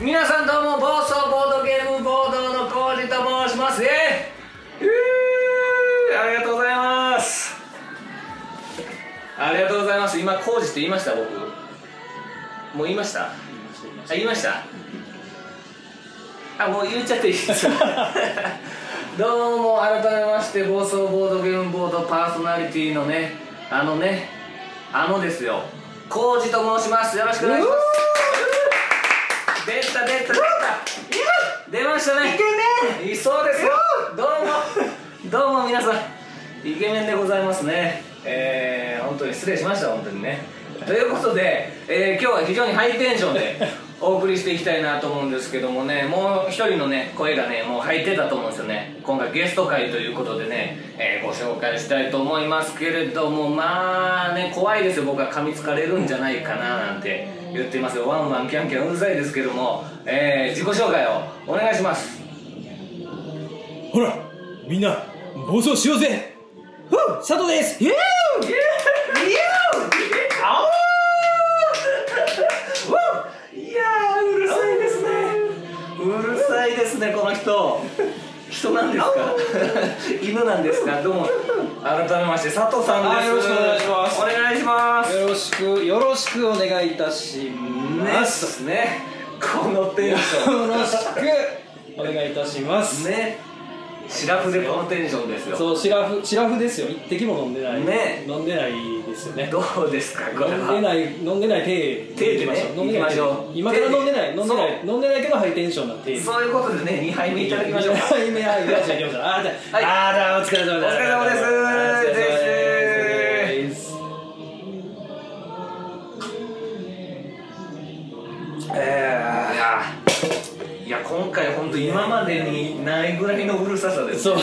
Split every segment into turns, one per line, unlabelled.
皆さんどうも暴走ボードゲームボードのコージと申しますえありがとうございますありがとうございます今コージって言いました僕もう言いましたあ言いましたあもう言っちゃっていいですどうも改めまして暴走ボードゲームボードパーソナリティのねあのねあのですよコージと申しますよろしくお願いします出た出た出た出ましたねイケメンいそうですよどうもどうも皆さんイケメンでございますねえー、本当に失礼しました本当にねということで、えー今日は非常にハイテンションでお送りしていきたいなと思うんですけどもねもう一人のね声がねもう入ってたと思うんですよね今回ゲスト会ということでね、えーご紹介したいと思いますけれどもまあね怖いですよ僕は噛みつかれるんじゃないかななんて言ってますよワンワンキャンキャンうるさいですけども、えー自己紹介をお願いします
ほらみんな暴走しようぜふう佐藤ですひゅー
イエーイあおーいやーうるさいですねうるさいですねこの人人なんですか 犬なんですかどうも改めまして佐藤さんです
あよろしくお願いします
お願いします
よろしくよろしくお願いいたし
ね
ま
っ
す、
すねこのテンシ
よろし
ョ
くお願いいたします、
ンねシラフでこのテンションですよ
そうシラフシラフですよ一滴も飲んでない、
ね
飲んでないですよね
どうですかこれ
飲んで
は
ない飲んでない手
手でね
飲んで
行
ない
きましょう
今から飲んでない飲んでない
そ
飲んでないけどハイテンションな手
そういうことでね2杯目いただきましょうか
はい目はい行きましょう行きましょうあーじゃあ、
はい
あーじゃあお疲れ様です
お疲れ様です
お疲れ様です
えーいやいや今回本当今までにないぐらいのうるささです
そう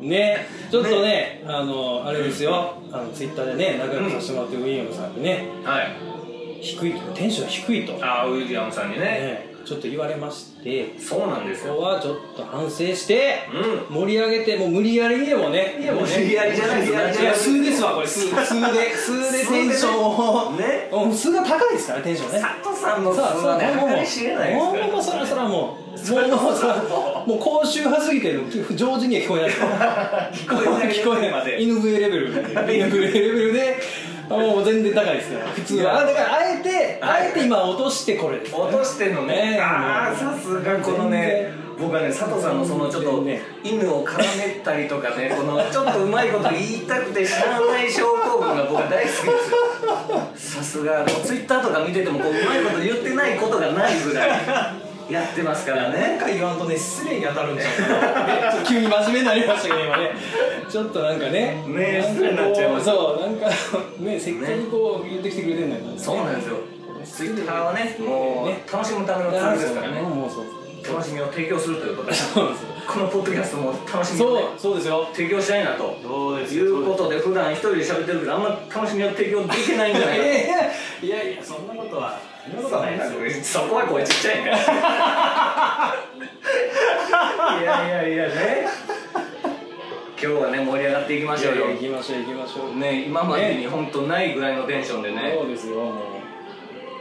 ねちょっとねあのあれですよあのツイッターでね仲良くさせてもらってるウィリアムさんにね
はい
低いテンション低いと、ね、
ああウィリアムさんにね
ちょっと言われまして
そうなんです
今
よ
日はちょっと反省して
う
盛り上げてもう無理やりにでもねでもね
無理やりじゃない
無理や
無理や
り
り
いや数ですわこれ数数で数でテンションを
数でね
うん数が高いですからテンションね
佐藤さんの
さあ
素
さ
は
あ
ね
もうもう
計り知れないですから
もうもうそらそらもうもう
そら
もう
そ
そ
ら
らもう高周波すぎてる常時には聞こ えない
聞こえない
聞こえない
まで
犬笛レベル犬笛レベルでもう全然高いですから普通はあだからあえてあえて今落としてこれですね
落としてんのね
ねえ
ああ
も
さ
う
すがこのね僕はね佐藤さんのそのちょっと
全然ね
犬を絡めたりとかねこのちょっとうまいこと言いたくて知らない症候群が僕は大好きですよさすがツイッターとか見ててもこううまいこと言ってないことがないぐらいやってますから
なん
ね
か言わんとね失礼に当たるんちゃうかなねちょっと急に真面目になりましたけど今ね ちょっとなんかね
ね
なんかこう
失礼になっちゃいます
そうなんかねせっかくこう言ってきてくれてんだからね
そうなんですよツイッターはねも
ね
う楽しむためのツールですからね
もうそう
楽しみを提供するということで
そうなんですよ
このポッドキャストも楽しみをね
そうそうですよ
提供したいなと
そうです
い
よ
うことで普段一人で喋ってるけどあんま楽しみを提供できないんじゃないか
いやいやいやそんなことはそんなことはないですよ
そこは声ちっちゃいねいやいやいやね今日はね盛り上がっていきましょうよ
行きましょう行きましょう
ね今までに本当ないぐらいのテンションでね
そうですよもう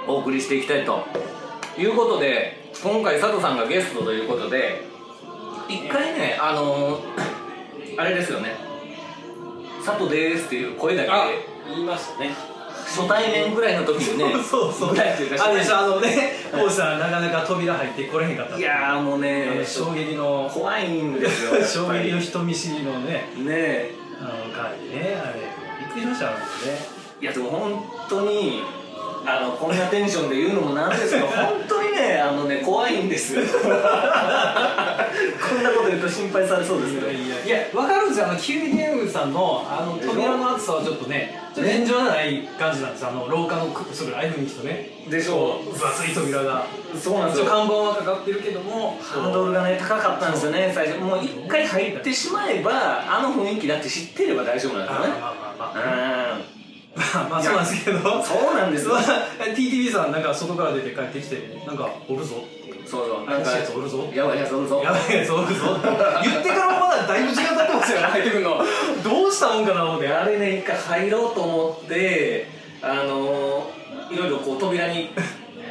お送りしていきたいということで今回佐藤さんがゲストということで一回ねあの あれですよね「佐藤です」っていう声だけで
言いましたね
初対面ぐらいの時にね
そうそう
ぐらいというか
あれでしょあのねこうさんなかなか扉入ってこれへんかった
いやーもう
あ
ね
の衝撃の
怖いんですよ
衝 撃の
ね
人見知りのね
え
あの回ねあれびっくりしましたあのね
いやでも本当にあのこんなテンションで言うのもなんですけど本当にね
ねあのね怖いんで すよこんなこと言うと心配されそうですけど
いや、わかるんですよ、あの、キュウリネウさんの、あの、扉の厚さはちょっとね、ちょっと尋常じゃない感じなんですよ、あの、廊下のくすぐらい雰囲気とね。
でしょ
分厚い扉が。
そうなんです
一応
よ
看板はかかってるけども、
ハードルがね高かったんですよね最初もう一回入ってしまえばあの雰囲気だって知ってれば大丈夫なん
あ
で
ますあ
よね
まあまあまあ。
う
まあまあ、そうなんですけど。
んそうなんですよ
TTV さん、なんか外から出て帰ってきて、なんか、おるぞって。
そうそう
怪しいやつ
や
おるぞ。
ばいやつおるぞ
やばいやつおるぞって言ってからまだだいぶ時間経ってますよね、入ってくるの。どうしたもんかな、思って。
あれね一回入ろうと思ってあのーいろいろこう扉に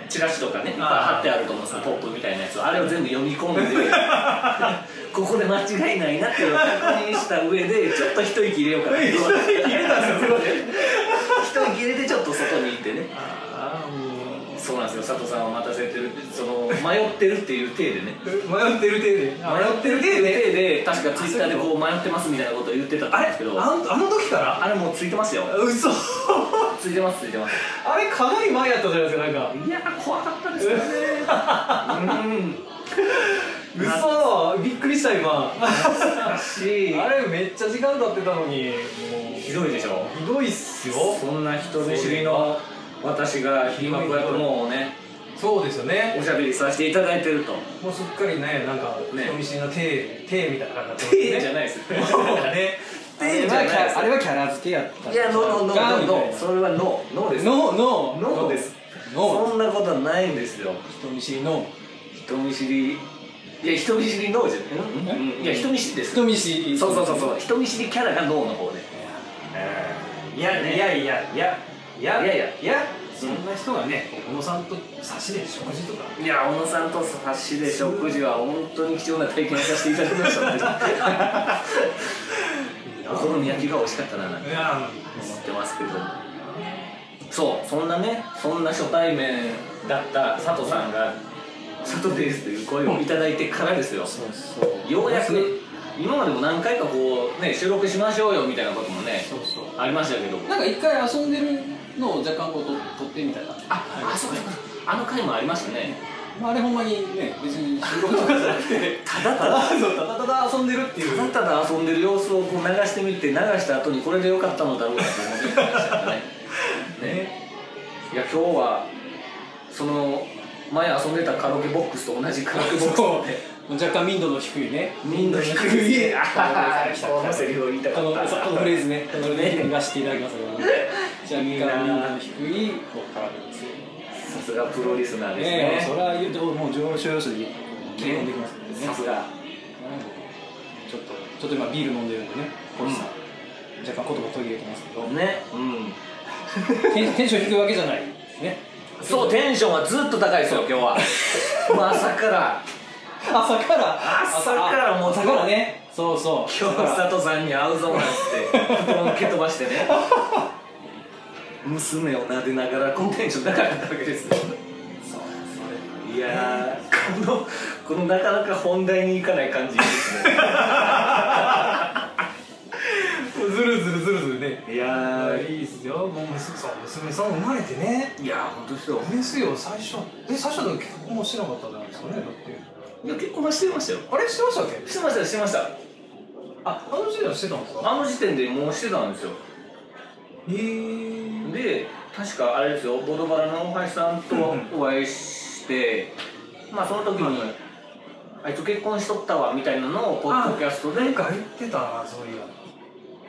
チラシとかねいっぱい貼ってあると思うんですよポップみたいなやつあれを全部読み込んで ここで間違いないなっていうのを確認した上でちょっと一息入れようかな
一息入れたんですよそれ
一息入れてちょっと外に行ってね
ああ、もう。
そうなんですよ佐藤さんを待たせてるその迷ってるっていう体でね
迷ってる手で迷ってる手で
体で確かツイッターでこう迷ってますみたいなことを言ってたと思
あ
うん
れ
ですけど
あのあの時から
あれもうついてますよ
嘘
ついてますついてます
あれかなり前やったじゃないですかなんか
いやー怖かったですよねうん
嘘びっくりした今
し
あれめっちゃ時間経ってたのにもう
ひどいでしょ
ひどいっすよ
そんな人見知りの私が今こうやってもうね
そうですよね
おしゃべりさせていただいてると
もうすっかりねなんか
ね
人見知りの手手みたいな感じになってますね
じゃないです
ね
手じゃないです
あれはキャラ付けやった
いやノーノーノーノーそれはノーノーです
ノーノー
ノーです
ノー
そんなことはないんですよ
人見知りの
人見知りいや人見知りノーじゃんうんうんいや人見知りです
人見知り
そうそうそうそう人見知りキャラがノーの方で
いやいやいやいやいや
いやいや
いやそんな人がね小野さんと差しで食事と か
いや小野さんと差しで食事は本当に貴重な体験をさせていただきましたの
いい
で
な
お好み焼きが美味しかったななんて
いや
思ってますけどそうそんなねそんな初対面だった佐藤さんが「佐藤です」という声をいただいてからですよ
そうそう
ようやく今までも何回かこうね収録しましょうよみたいなこともね
そうそう
ありましたけど
なんか一回遊んでるのを若干こうと撮ってみたいな
あ、あそうかそうかあの回もありましたね
まああれほんまにね別に収録とかじゃなくて
ただただ
そうただただ遊んでるってい
た
う
だただ遊んでる様子をこう流してみて流した後にこれでよかったのだろうかと思ってまし たからねね
ね
いや今日はその前遊んでたカラオケボックスと同じカラオケボックス
そう
で
若干民度の低いね
民度低いあははこのセリフを言いた
こ
か
の
っ
そうこ
た
のフレーズねこのフレーズに出していただきますから
いいな
若干民度の低いこうカラオケですよ
さすがプロリスナーです
ねえそ
ね
れは言うともう情報所要素で基本できますんでね
さすが
ちょっとちょっと今ビール飲んでるんでね堀さん、若干言葉途切れてますけど
ねうん
テンテンション低いわけじゃないですね
そうテンションはずっと高いですよ今日はもう朝から
朝から
朝からもう
朝からねそうそう
今
朝
日
から
佐藤さんに会うぞなんつって布団を蹴飛ばしてね娘を撫でながらこのテンション高かったわけですよいやーこのこのなかなか本題に行かない感じいいですね
ずるずるずるずるね
いや
あ
ー
いいっすよもう娘さん娘さん生まれてね
いやー本当ですよ
ですよ最初え最初だと結婚もしてなかったじゃないですかねだって
いや結婚はしてましたよ
あれしてましたっけ
してましたしてました
ああの時代はしてたんですか
あの時点でもうしてたんですよ
へえ
で確かあれですよボドバラの大橋さんとお会いして、まあその時に、あいつ結婚しとったわみたいなのをポッドキャストで
なんか言ってたなそういう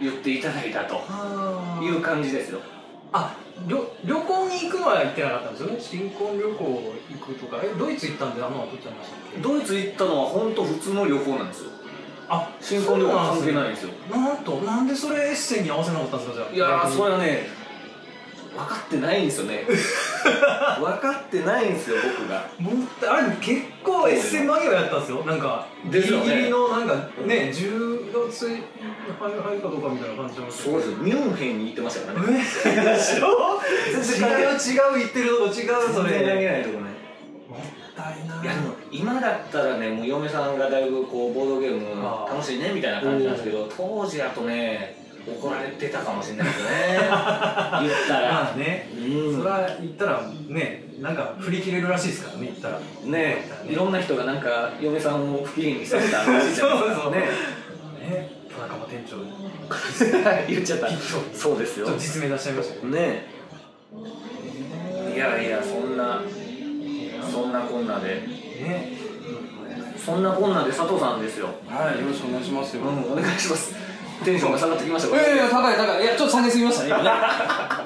言っていただいたと
あ
いう感じですよ
あ旅旅行に行くのは行ってなかったんですよね新婚旅行行くとかえドイツ行ったんであんなの撮っちゃいましたっけ
ドイツ行ったのは本当普通の旅行なんですよ
あ
新婚旅行関係ないん
い
ですよ
なんとなんでそれエッセンに合わせなかったんですかじゃあ
いやーそ
れ
れはね分かってないんですよね分かってないんですよ僕が
もったいあれ結構エッセン間際やったんですよなんか
で
ギ
すよ
リ
ね
ギリのなんかね10月はいはいかどうかみたいな感じで
そうですよミュンヘンに行ってましたからね
えでしょ
全然関
違う違う言ってるとこ違うそ
全然関係
れ
ないとこね
もったいない
いやでも今だったらねもう嫁さんがだいぶこうボードゲーム楽しいねみたいな感じなんですけど当時だとね怒られ てたかもしれないですね言ったら
まあね、
うん
それは言ったらねなんか振り切れるらしいですからね行ったら
ねえいろんな人がなんか嫁さんを不機嫌にさせた話 じゃないですかね
ね田中も店長に
言っちゃったそうです
ちょ
よ
っと実名出しちゃいましたけど
ねえいやいやそんなそんなこんなで
ね
そんなこんなで佐藤さんですよ
はい、よろしくお願いしますよ。
うんお願いしますテンションが下がってきました
いやいや、
こ
高い高い。いや、ちょっと下げすぎましたね、今ね。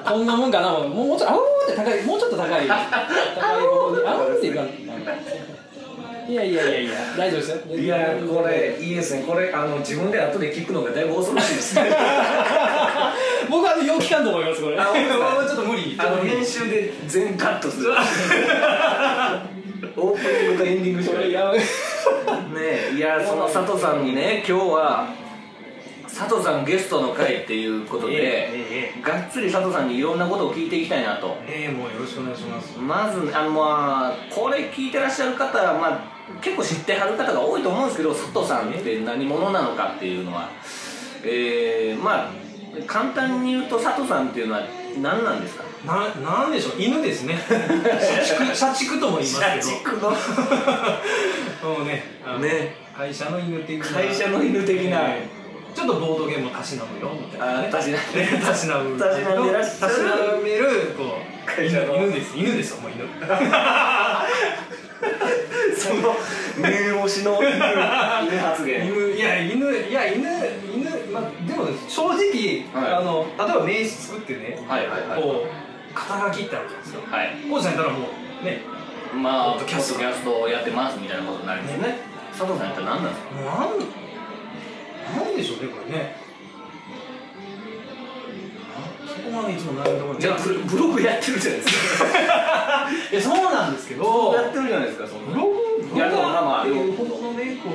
こんなもんかな、もうもうちょっと、あおーって高い、もうちょっと高い。高い方に、あおーっていうか、あのいやいやいやいや、大丈夫ですよ。
れいやこれいいですねこれあの自分で後で聞くのがだいぶ恐ろしいですね
僕はあの陽気感と思います、これ。
ちょっと無理
あの編集で全カットする オープニングとエンディングし
こ
か
れやばい。
ねえいやその佐藤さんにね今日は佐藤さんゲストの会っていうことで、
ええ
がっつり佐藤さんにいろんなことを聞いていきたいなと
ええもうよろしくお願いします
まずあのまあこれ聞いてらっしゃる方は、まあ、結構知ってはる方が多いと思うんですけど佐藤さんって何者なのかっていうのはえー、まあ簡単に言うと佐藤さんっていうのは何なんですか
ななんでしょう犬ですね社畜社畜とも言いますけ
畜の
ど もうねあの
ね
会社の犬的な
会社の犬的な、
ええちょっとボードゲームをたしなむよみたいな
あーたしなむ
ね たしなむ
たしなんでらっしゃる
たしなめるこう
会社の
犬です犬ですよもう犬
その名押しの犬犬発言
犬いや犬いや犬犬まあでも正直、
はい
あの例えば名刺作ってね、
はいはいはい
こう肩書きってあるじゃないですか
はい
こうじゃないたらもうね
まあ
ポッ
ポ
ド
ッド
キ
キ
ャ
ャ
ス
ス
ト
トをやってますみたいなことになりますね佐藤さんって何なんですか
なんなんでしょうねこれねあそこまでいつも悩むところ
じゃあブロブログやってるじゃないですか
いやそうなんですけど
やってるじゃないですかその
ブログ
いやでもまあまあ
ブログっていうほどのねこう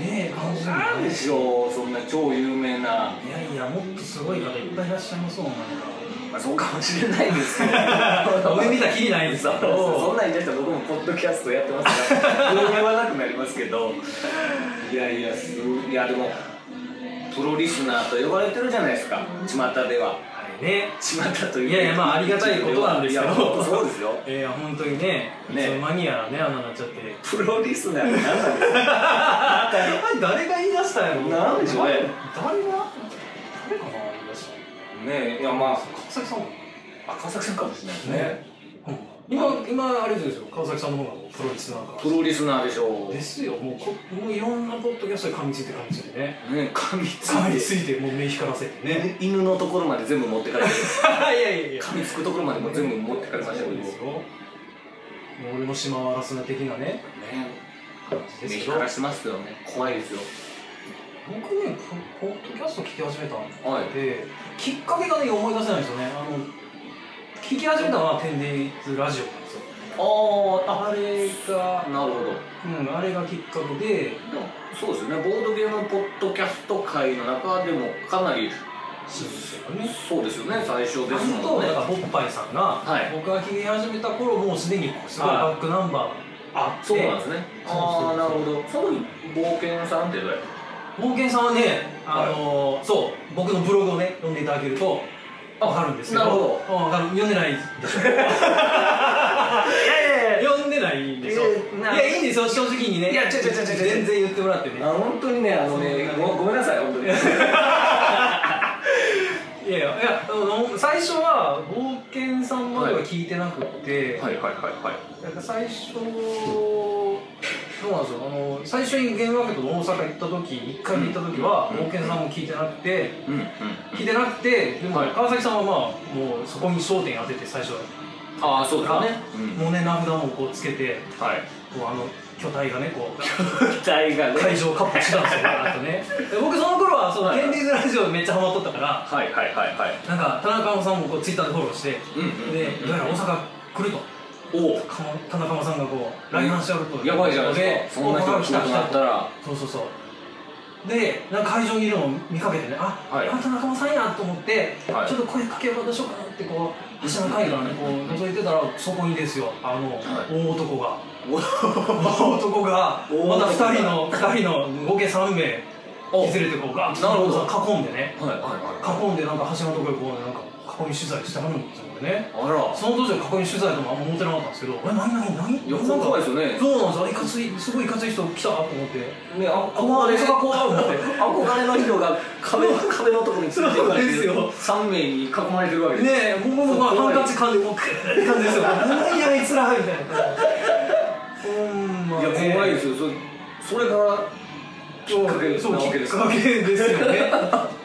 ねえ感じ
なんでしょうそんな超有名
い
な、
やいやもっとすごい方いっぱいいらっしゃいますもんなん
まあ、そうかもしれないですけど
か上見たきりないです
そ
け
うそ
ど
んなん言い出したら僕もポッドキャストやってますからブログはなくなりますけどいやいやすごいいやでもプロリスナーと呼ばれてるじゃないですか巷では
あれね
巷という
いやいやまあありがたいことなんですけど
いや本当そうですよ
いや本当にね
ね
そのマニアなねあんなになっちゃって
プロリスナーって何なんですか
あれ誰が言い出したんやろ
なんでしょうね
誰が誰かな言い出したの
ねえいやまあ
川崎さん
あ川崎さんかもしれないです
ね今今あれですよ川崎さんの方がプロリスナーか
プロリスナーでしょ
ら
う
で
ね
すよもうこもういろんなポッドキャストで噛みついて噛みついてね
噛みつ
噛みつ
い
いてもう目光らせてね
て犬のところまで全部持ってかれて
いやいやいや
噛みつくところまでも全部持ってかれましたけ
そう
どね
ですよもう俺の島を荒らすな的なね感じ
目
ですけど
光らしてますよね怖いですよ
僕ねポポッドキャスト聞き始めたんで、
はい
きっかけがね思い出せないんですよねあの聞き始めたのは「テンデイズラジオ」なんですよ
あ
あれが
あなるほど
うんあれがきっかけで
でもそうですよねボードゲームポッドキャスト界の中でもかなり
知るんですよね
そうですよね最初
ず
です
っ
も
と
んね
なんかボッパイさんが、
はい
僕が聞き始めた頃もうすでにすごいバックナンバーあって
そうなんですねああなるほどその時冒険さんってどうや
冒険さんはね、あのーそう僕のブログをね読んでいただけると分かるんですけど
なるほど
うんわかる読んでないでし ょ
いやい
読んでないんでしょ、
いや
いやいいんですよ正直にね
いや違う違う違う違う
全然言ってもらってね
あ本当にねあのねごごめんなさい本当に
いやいやいやあの最初は冒険さんまでは聞いてなくて、
いはいはい
なんか最初そうなんですよあの最初にゲームマーケットの大阪行った時一回目行った時は、
うん
冒険さんも聞いてなくて、
うんうん
聞いてなくてでも
はい
川崎さんはまあもうそこに焦点当てて最初は
ああそうですね
もうね名札をこうつけて
はい
こうあの巨体がねこ う
期待がね
会場をカップしてたんですよあとねで僕その頃はその「
はい
ケンディーズラジオ」めっちゃハマっとったから
はいはいはいはい
なんか田中さんもこうツイッターでフォローして
うんうん
でどうやら大阪来ると
おお
かも田中さんがこう来館してあると
やばいじゃないですかそんな人が来なくなったら
そうそうそうでなんか会場にいるのを見かけてねあ、
はい
あんた仲間さんやと思って、
はい
ちょっと声かけようかどうしようかなってこう柱の階段ねこう覗いてたらそこにですよあの、大男が大男が
大男
ま
が
た2人の2人の合計3名
お
連れてこうガッと
なるほど
囲んでね
はいはいはい
囲んでなんか柱のところにこうなんか囲み取材してはるんですよこれね
あら
その当時の囲み取材とかあんま思ってなかったんですけどえ何何何
いやほんま怖いですよね
そうなんですよいかついすごいいかつい人来たと思って
ねあ
怖
憧
い
れ
それが怖い思って
憧れの人が壁壁のとこにつ
そ
いて
う
る
なんですよ
3名に囲まれてるわけです
ねえ僕もまあ
怖
ハ
い
ンカチ噛んでもうクーって感じですよ何やあいつらみたいなほんま
いや怖いですよそれそれからきっかけです
そう
な
き
わけで
っ
すから
かけですよね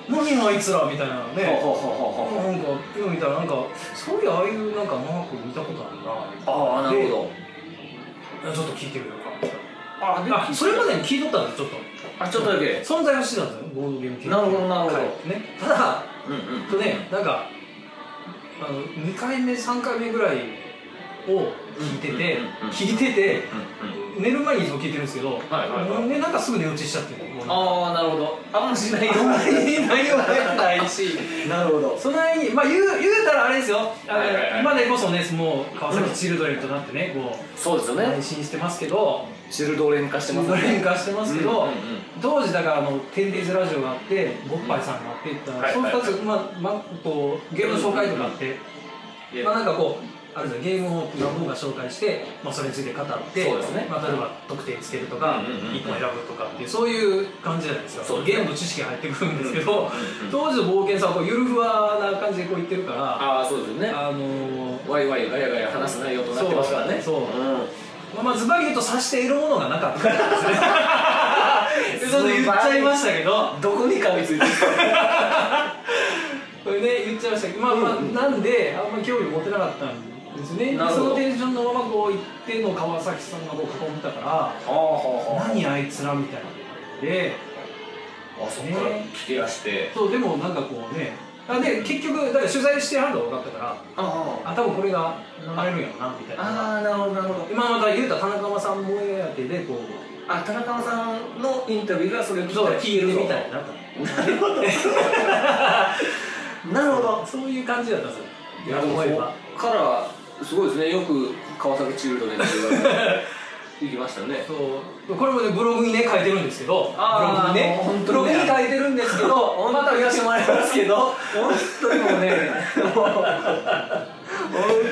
何あいつらみたいなの
は
ね
はははは
なんか今見たらなんかそういうああいうなんかマーク見たことあるな
ああなるほど
ちょっと聞いてみよう
あ
かあそれまでに聞いとったんですちょっと
あちょっとだけ
存在はしてたんですよボードゲーム系
なるほどなるほど
はいねただ
うんうん
とねなんかあの2回目3回目ぐらいを聞いてて
うんうんうんうん
聞いてて
うんうん
寝る前にいつも聞いてるんですけど、
はいはいはい
ねなんかすぐ寝落ちしちゃってもう
ああなるほどあんましない
あんまり内容がないし
なるほど
その間にまあ言う言うたらあれですよ、あの
はいはいはい
今でこそねもう川崎チルドレンとなってねこ
そうですよ
う
ね
配信してますけど
チルドレン化し
チ
て
ル
ます
ド
ね
レン化してますけど、
うんうんうん
当時だからあの「テンデイズラジオ」があってボッパイさんがあってって、
はい
その
はい
2つ、まあまあ、こうゲームの紹介とかあって、まあなんかこうあるじゃんゲームをプロが紹介して、まあ、それについて語って
そうですね
まあ、例えば得点つけるとか、
うんうんうん
一本選ぶとかっていうそういう感じじゃないですか
そう
ゲームの知識が入ってくるんですけど、当時の冒険さんはこうゆるふわな感じでこう言ってるから
ああそうですよね
あのー
ワイワイガヤガヤ話す内容となってますからね
そうそうんまあまあズバリ言うと察して得るものがなか ったですねでちょっと言っちゃいましたけど
どこに噛みついてる
これね言っちゃいましたけどまあまあなんであんまり興味持てなかったんですねで
なるほど
そのテンションのままこう行っての川崎さんがこう囲んでたか
はあは
ら
あは
何あいつらみたいなで
ああそっから来てらして
そうでもなんかこうねあで結局だから取材してはるのが分かったから
あ
あ多分これが流れるんやろなみたいな
あなるほどなるほど
今また言うたら田中さんもやってでこう
あ田中さんのインタビューがそれを
そう
聞
消
い
え
て
るみ
みた
たい
い
になったの
なるほどなるほど
そういう感じだったんですよ
いやでも
思
そ
え
こ
ば
からすごいですねよく川崎チルドレンって言 われて行きましたね
そうこれもねブログにね書いてるんですけどブログ
あー
にね
もう本当
ブログ
にね
に書いてるんですけ どまた言わせてもらいますけど
本当にもうね もう本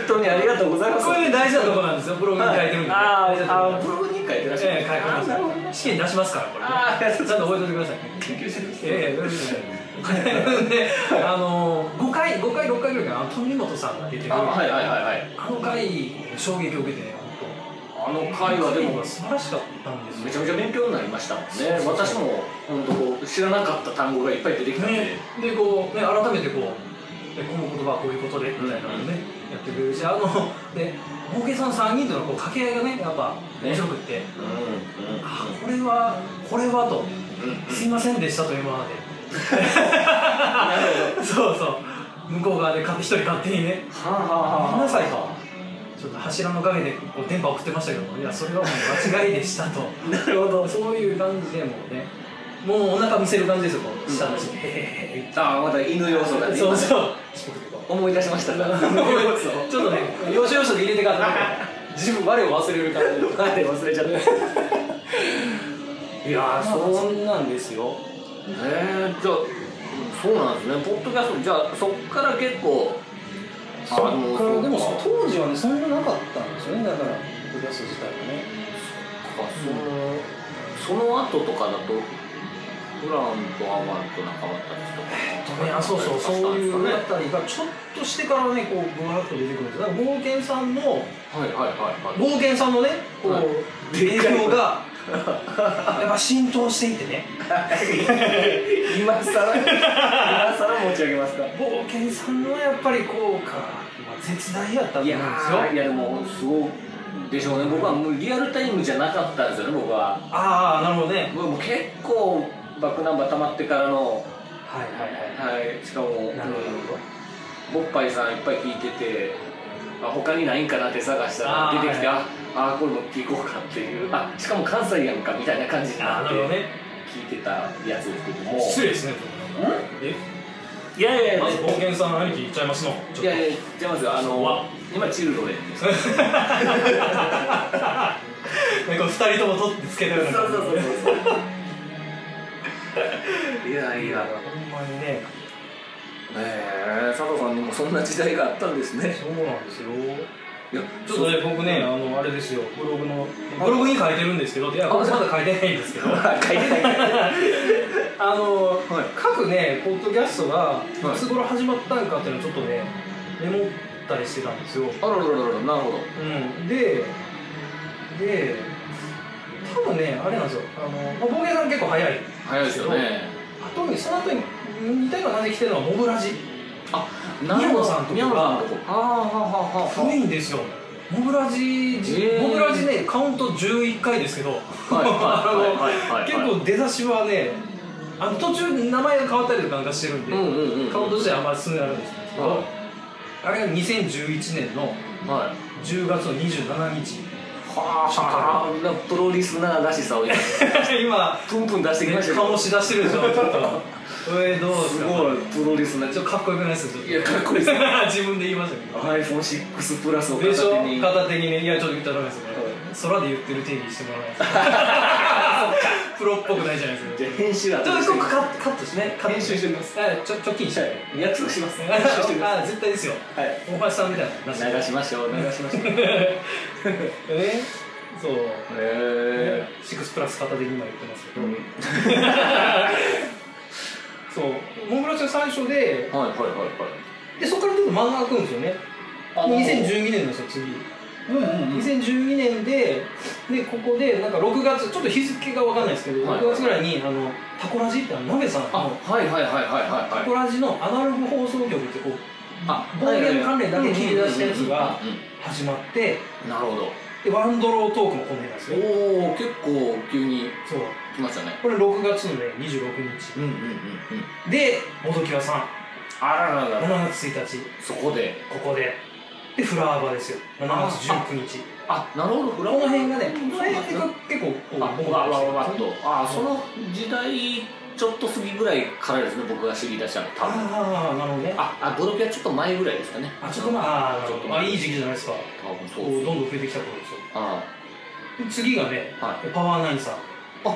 当にありがとうございます
これね大事なとこなんですよブログに書いてるんで、
あ
大事なとこ
ああブログに書いてらっしゃる
ええ書いてます
あなるほど
試験出しますからこれ
あー
ちゃんと覚えておいてく ださいね
研究してるんです
ええどうですねであの5回5回6回ぐらいかな富本さんが出てる
あ
あ,、
はいはいはいはい
の回衝撃を受けてね
あの
本当
会はでも
素晴らしかったんですよ
めちゃめちゃ勉強になりましたもんね
そうそう
私も本当こう知らなかった単語がいっぱい出てきたんで、
ね、でこう、ね、改めてこうえこの言葉はこういうことでみたいなのをね、やってくれるしあので冒険さん3人とのこう掛け合いがねやっぱ面白くって、
うんうんうん
あこれはこれはと、すいませんでしたと今まで そうそう向こう側で勝手一人勝手にね
はあはあ
ごめん
は
なさいとちょっと柱の陰でこう電波送ってましたけどいやそれはもう間違いでしたと
あ なるほど
そういう感じでもうねもうお腹見せる感じですよこう下だし、へへへへ
あまた犬要素がね
そうそう
思い出しました
ちょっとね、要所要所で入れてからなんか自分我を忘れる感 じ
あれ忘れちゃったいやーそうね
んなんですよ
えじゃあそうなんですねポッドキャストじゃあそっから結構
そっか
あ
らでも
そうか
当時はねそんななかったんですよねだからポッドキャスト自体はね
そのその後とかだとフランとアマンと仲間たちとか
そうそうそういうあたりがちょっとしてからねこうブワーッと出てくるんですよだから冒険さんの
はいはいはいはい
冒険さんのねこう、
はい
影響が やっぱ浸透していってね
今さら今さら持ち上げますか
冒険さんのやっぱり効果が絶大やったと思うん
い
ですよ
やーいやでもすごいでしょうね僕はもうリアルタイムじゃなかったんですよね僕は
ああなるほどね
僕もう結構バックナンバー溜まってからの
はいはいはい
はいしかもうん
なるほど
ボッパイさんいっぱい聞いててあ他にないんかなって探した
あ
ら
ー
出てきて
はい
ああーこれも聞こうかっていうあしかも関西やんかみたいな感じになって
ね
聞いてたやつですけども
失礼ですねえ
いやいやいや
まず冒険さん兄貴いっちゃいますのちょっと
いやいやじゃあまずあ
そこは
の今チルドレンです
なんか二人とも取ってつけたような
そう
感じ
そうそうそういやいや
ほんまにね
えー、佐藤さんにもそんな時代があったんですね
そうなんですよ
いや
ちょっとね僕ねあのあれですよブログのブログに書いてるんですけどいやこれまだ書いてないんですけど
書いてない
あの、
はい
各ねポッドキャストが
い
いつ頃始まったんかっていうのをちょっとねメモったりしてたんですよ、
あららららなるほど
うん、でで多分ねあれなんですよあの、まあ、ボケさん結構早い
早いですよね
あとにその後に似たような感じで来てるのはモブラジ
あ
宮野さんとか
宮野さんとかあーはあはあは
古いんですよモブラジ、
へー
モブラジねカウント11回ですけど、
はいはいはいはいはい
あの 結構出だしはねあの途中名前が変わったりとかなんかしてるんで、
うんうんうんうん
カウント自体あんまり進んでなかったんですけど、
は
あれが2011年の
あはい
10月の27日
はあなプロリスナーらしさを 今
今
プンプン出してきましたよ
醸し出してるでしょちょっとえどうです
す
か
ごいプロリスナー
ち
ち
ょっ
ょ
とかっこよくないです
いやかっこいいです
自分で言いましたけど
iPhone6 プラスを片
でしょ
手に
片手にねいやちょっと言ったらダメですよね、空で言ってる定義してもらわないとプロっぽくないじゃないですか
じゃあ編集
ち
後
ょっ
で
と
して
ここカットカットしてねカット
編集してみます
あちょ貯金してね
約束します
あ
編集してみます
絶対ですよ
はい
大橋さんみたいな話
流しましょう流しましょう
えそう
え
シックスプラス片手に今言ってますけど、
ーうん
そうモンブラチが最初で
はいはいはい
でそこからちょっと漫画が来るんですよね
あのー
2012年なんですよ次
はいうんうんうん
2012年ででここでなんか6月ちょっと日付がわかんないですけど、
はい
6月ぐらいにあのタコラジってあの鍋さん
あ
の
はいはいはいはいはい
タ
はい
コラジのアナログ放送局ってこう
あ
ボードゲーム関連だけ切り出したやつが
うんうんうん
始まって
うんなるほど
でワンドロートークもこの辺なんですよ
おお結構急に
そう
来ましたね
これ6月のね26日
うんうんうんうん
で元木はさん
あらららら
7月1日
そこで
ここででフラーバですよ7月19日
あなるほどフ
こ
ラ
の
ワー
辺がね
うん
この辺が結構こう
あ
僕
わ
が
わわわっとあ
うん
その時代ちょっと過ぎぐらいからですね僕が知り出したの多分
ああなるほどねあ
ああドロピはちょっと前ぐらいですかね
ちょっとまああーなる
ちょっ
ほ
と
どあいい時期じゃないですかこ
多分そう
どん
うです
どん増えてきた頃ですよ
あ
で次がね
あは
パワーナインさん
い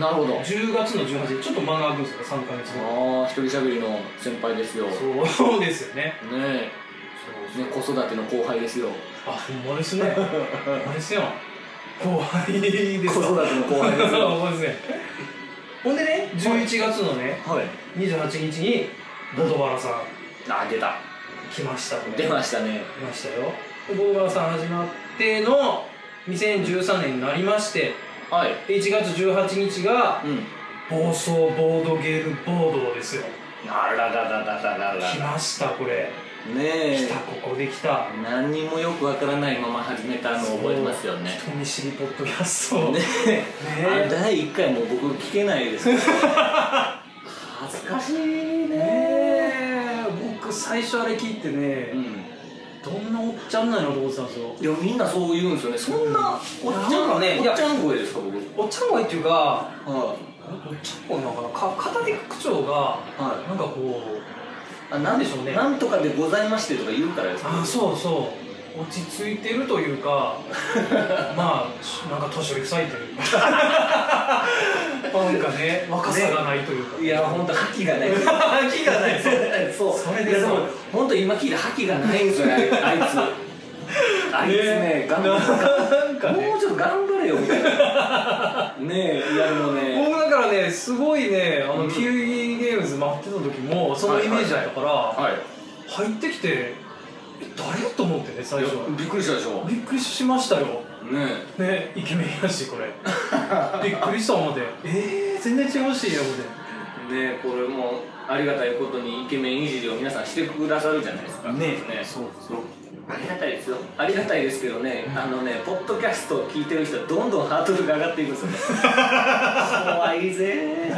なるほど
10月の18日ちょっと間が空くんですよ3ヶ月後
ああ一人しゃべりの先輩ですよね
そうですよね
えね子育ての後輩ですよ
あほんまですねほんまですよ後輩で
子育ての後輩ですよ
ほんまですねほんでね11月のね
はい
28日にボドバラさん
あ出た
来ましたね
出ましたね
来ましたよでボドバラさん始まっての2013年になりまして
はい
で1月18日が
うん
暴走ボードゲームボードですよ
あららららららら
来ましたこれ
ね
来
え
たここで来た
何にもよくわからないまま始めたのを覚えますよね
人見知りポッドキャスト
ね
え
あ第1回もう僕聞けないですけど 恥ずかしいね
ねえ僕最初あれ聞いてね、
うん
どんなおっちゃんなんやろと思ってたんですよ
いやみんなそう言うんですよねそんなおっちゃ
なん
ん
かねい
お
や
っちゃん声ですか僕
おっちゃん声っていうか
は
おっちゃん声なのかなか語り口調が
いはい
なんかこう
あなん
でしょうね
なんとかでございましてとか言うからですか
あそうそう落ち着いてるという かまあし なんか年寄り臭いというかなんかね若さがないというか、
い や本当覇気がない
飽きがない
そう
それ
い
で
やでも本当今聞いた覇気がないんですよねあいつ あいつね頑張る
なんかね
もうちょっと頑張れよみたいなねえいやでもね
僕だからねすごいねあ
う
の
ん
キウイゲームズ待ってた時もそのイメージだったから、
はい
入ってきてえ誰と思ってね最初
びっくりしたでしょね
びっくりしましたよ
え
ねイケメンやしこ れびっくりした思ってえー、全然違うし思って
ねえこれもありがたいことにイケメンいじりを皆さんしてくださるじゃないですか
ね
え
そうです
ありがたいですよありがたいですけどね、あのねポッドキャストを聞いてる人はどんどんハードルが上がっていくんですよね怖いぜ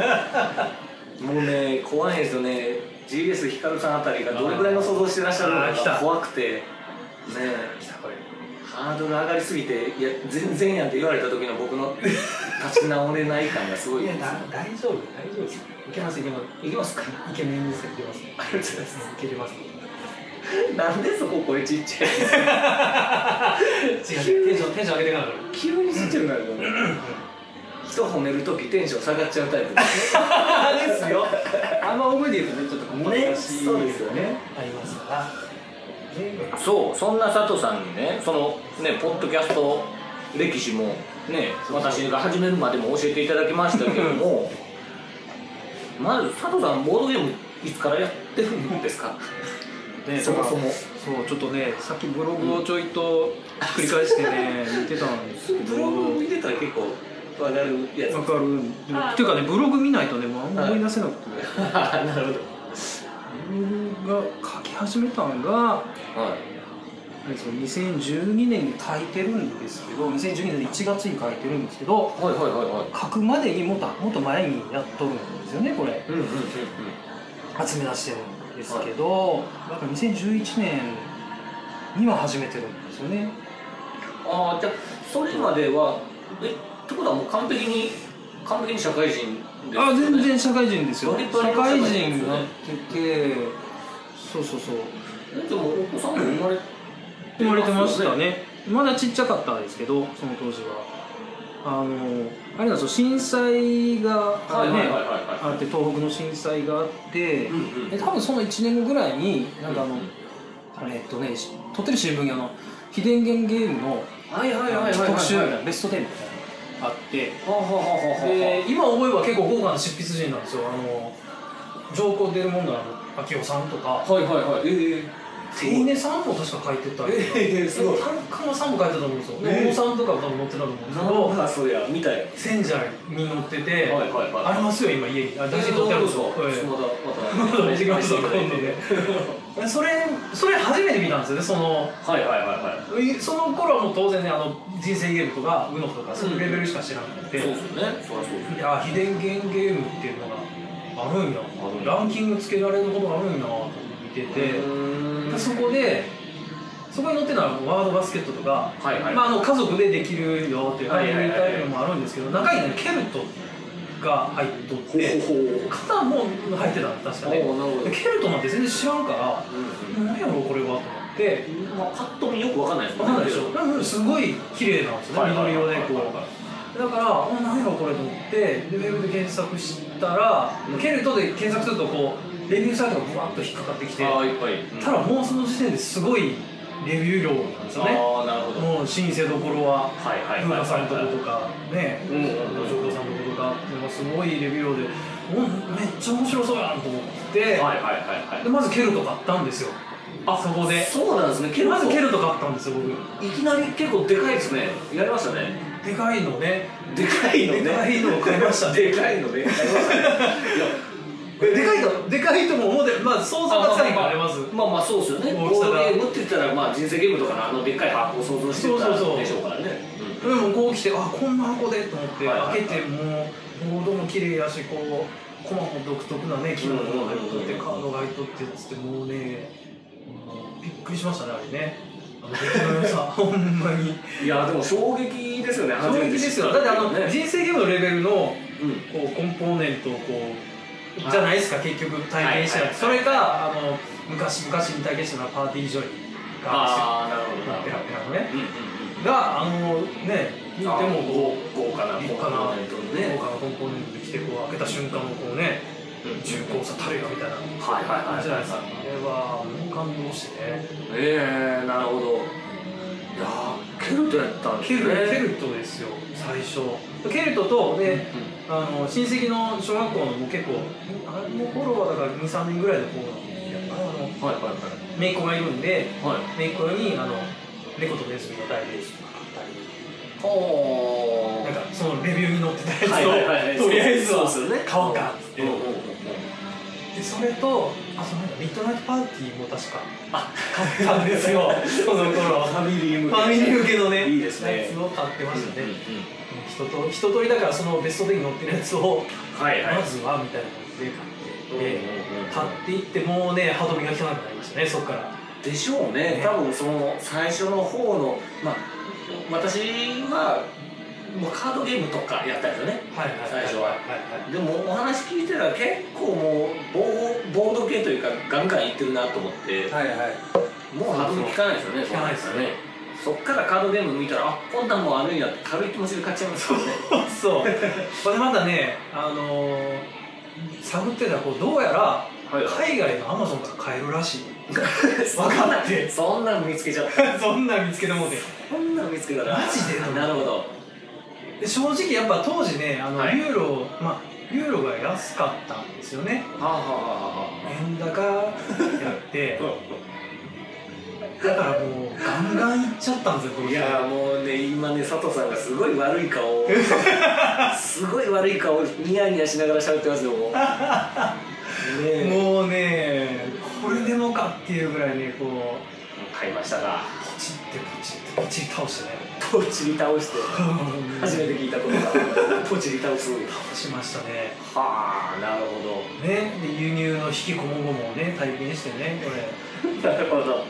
もうね怖いんですよね GS ヒカルさんあたりがどれぐらいの想像してらっしゃる
あー
の
来
か
た
怖くてねえ
これ
ハードル上がりすぎて、いや、全然やんって言われた時の僕の立ち直れない感がすご
い
いで
や
す。
だ大丈夫大丈夫ですいけますいけま
いきますか。
すイケメンですいけます
ありがとうございます。
いけます
なんでそこ声ちっちゃい。
違うテンションテンション上げていかなあかん
急にちっちゃくなるの。
人褒めるときテンション下がっちゃうタイプです
ですよあんま覚えてるとねちょっと
ねそうですよね
ありますから
そうそんな佐藤さんにねそのねポッドキャスト歴史もね私が始めるまでも教えていただきましたけどもまず佐藤さんボードゲームいつからやってるんですか
ね
そもそも
そうちょっとねさっきブログをちょいと繰り返して ね見てたんですけど
ブログ見てたら結構わかるやつ
わかるっていうかねブログ見ないとねもうあんま思い出せなくて、
なるほ
ブログが書き始めたのが
どはい
えそう2012年に書いてるんですけど2012年の1月に書いてるんですけど
はいはいはいはい
書くまでにもっともっと前にやっとるんですよねこれ
うんうんうんうん
集め出してるんですけど、だから2011年には始めてるんですよね
ああじゃあそれまではえってことはもう完璧に完璧に社会人です
あ
よね
全然社会人ですよ
割
社
とあれも
会
社会人
人
です
に
よ
な
ね
っててそうそうそう
えでもお子さんも生まれて
生まれてましたねまだちっちゃかったですけどその当時はあのあれなんですよ震災が
はいはいはいはい
あって東北の震災があって、
うんうん
え多分その1年後ぐらいになんかあの、
うん
えっとねし撮ってる新聞にあの非電源ゲームの
はいはいはいはいはいはい
特集みたいな
は
ベスト10みたいなのがあって
あはあはあはあ
で今思えば結構豪華な執筆陣なんですよあの上皇出るもんだの秋夫さんとか
はいはいはいええ
手稲さんも確か書いてたりとか
ええすごい
田中さんも書いてたと思うんですよ
ええ
小野さんとかも多分載ってたと思うんですけど
あそうや見たよ
千社に載ってて、
はいはいはい
ありますよ今家にあ大事に取ってあるんですよ、ええ
まだま
ま
た
だ持ってきました今度ねそれそれ初めて見たんですよねその
はいはいはいはい
その頃はもう当然ねあの人生ゲームとか UNO とかそういうレベルしか知らなくて、
そうですよねそりゃそう
いや秘伝ゲームゲームっていうのがあるんや
るんや
ランキングつけられることがあるんやと思って見てて、で
で
そ
す
こでそこに載ってるのはワードバスケットとか、
はいはい
まあ、あの家族でできるよっていう
は
ああ
い
い
はいはいう
タイプのもあるんですけど中にねケルトが入っとって
ほう
型も入ってたんです確かね
おうなるほど
でケルトなんて全然知らんから
う
何やろこれはと思って
んうんまあパッと見よくわかんないですも
わかんな
んね
いでしょでもすごい綺麗なんですよね緑色でこうだからお何やろこれと思ってでウェブで検索したら、ケルトで検索するとこうレビューサイトがブワッと引っかかってきて
ああいっぱい
ただもうその時点ですごいレビュー量なんですよね
ああなるほど
もう新生どころは
はいはいはい
風
は
花
い
さんのと
はい
ことかね
うんうんうん
お嬢さんのとことかでもすごいレビュー量でおめっちゃ面白そうやんと思って、
はいはいはい
でまずケルト買ったんですよあそこで
そうなんですねケル
まずケ
ト
ルト買ったんですよ僕
いきなり結構でかいですねやりましたね
でかいのね
でかいのね
でかいのを買いましたね
でかいのね買いましたねいや
でかいとでかいとも思ってまあ想像がつかないからねまず
まあまあそうですよねボ
大きさ
ー
が
ドゲームって言ったらまあ人生ゲームとかのあのでっかい箱を想像してた
そうそうそう
でしょうからね
でもこう来てあこんな箱でと思って
はいはいはい
開けてもうボードも綺麗やしこうコマも独特なね機能が入っとっ
う
て
ん
カードが入っとってっつってもうねびっくりしましたねあれねあの出来の良さほんまに
うんいやでも衝撃ですよね
衝撃ですよだってあの
ね
人生ゲームのレベルのこ
うん
うコンポーネントをこ
はいう
じゃないですか結局体験してないそ
はいはいはい
れがあの昔昔に体験したのはパーティージョイが
ああなるほどな
ペ
る
ラ
ほ
ペラのね
どうんうん
があのねで
うん
もこう
豪豪華な
豪華な
コンポーネントのね
豪華なコンポーネントで来てこう開けた瞬間のこうね
うん
重厚さたるよみたいな感
はいはいはい
じじゃないですかあれはもう感動してね
ええなるほどいやーケルトやったんです
ケ
ね
ルケルトですよ最初ケルトとであの親戚の小学校のもう結構あの頃はだから23年ぐらいの子なんであの
はいはい
姪っ子がいるんで
はいはい
姪っ子にあの猫とネズミの代弁してもらったり
ほ
なんかそのレビューに載ってた
はいはいはい
やつをとりあえずは
そうですよね
買おうかっつって
うんうんうんうん
でそれとあそうなんだミッドナイトパーティーも確か
あ
買ったんですよ その頃
ファミリー
フ
向け
ァミリー向けのね
いいですね
やつを買ってましたね、
うんうん
一通り一通りだからそのベスト10に載ってるやつを
うんはいはい
まずはみたいな感じで買って、買っていってもうね歯止めが効かなくなりましたねそっから
でしょうね
ね
多分その最初の方のまあ私はもうカードゲームとかやったんですよね
はいはい
最初は
はいはい
でもお話聞いてたら結構もうボーボード系というかガンガンいってるなと思って
はいはいはい
もう歯止め聞かないですよね
そうそう聞かないですね
そっからカードゲーム見たらあこんなんもんあるんやって軽い気持ちで買っちゃいますよね
そそうこれまたねあのー探ってたらこうどうやら
いは
海外のアマゾンから買えるらしい
分
分かって
そんなん見つけちゃっ た
そんなん見つけたもんで
そんなん見つけたら
マジで
なるほど
で正直やっぱ当時ねあの、
はい
ユーロまあユーロが安かったんですよね
はあはあは
円高や って
あは
だからもうガンガンいっちゃったんですよ
あ
僕
いやーもうね今ね佐藤さんがすごい悪い顔 をすごい悪い顔をニヤニヤしながら喋っ てますよもうねえ
もうねこれでもかっていうぐらいねこう
買いましたが
ポチってポチってポチり倒 してね
ポチり倒して初めて聞いたことがポチり倒す
倒しましたね
はあなるほ
ねで輸入の引きこもごもをね体験してねこれ
どなるほど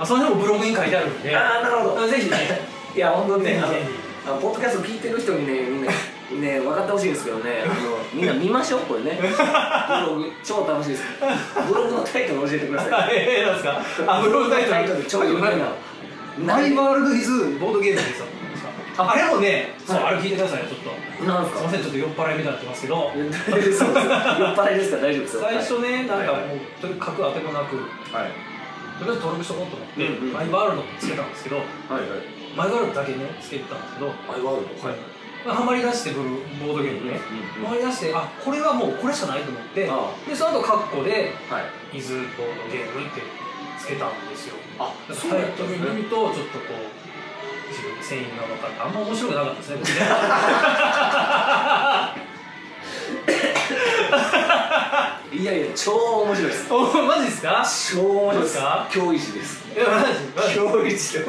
あその辺もブログに書いてあるんで
ああなるほど
ぜひね
いや本当にね
ぜひ
あの
ぜ
あのポッドキャスト聞いてる人にねみんなね分かってほしいんですけどねあのみんな見ましょうこれねブログ超楽しいですブログのタイトル教えてください
ええなんですかあブログタイトル
超有名な
マイ
な
ワールドイズボードゲームですよあれもね、そうあれ聞いてくださいよちょっと
なんです
すい
か
ませんちょっと酔っ払いみたいになってますけど
大丈夫です酔っ払いですから大丈夫ですよ
最初ねなんか
はい
もうとにかく当てもなく
はい
とりあえず登録しとこうと思って、
うんうん
マイワールドってつけたんですけど
はいはい
マイワールドだけねつけてたんですけど、
マイワールド
まあハマり出してブルーボードゲームね、
う
ハ
んうんうん
マり出してあこれはもうこれしかないと思って
あ
でその後カッコで
は
「
い
伊豆ボードゲーム」ってつけたんですよ
あ
タイトル見るとちょっとこう自分に繊維が分かるあんま面白くなかった ですね 僕ね
いやいや超面白いです
おマジですか
超面白いで
どう
す
ですか
今日維持です
いやマジマジ
今日維持で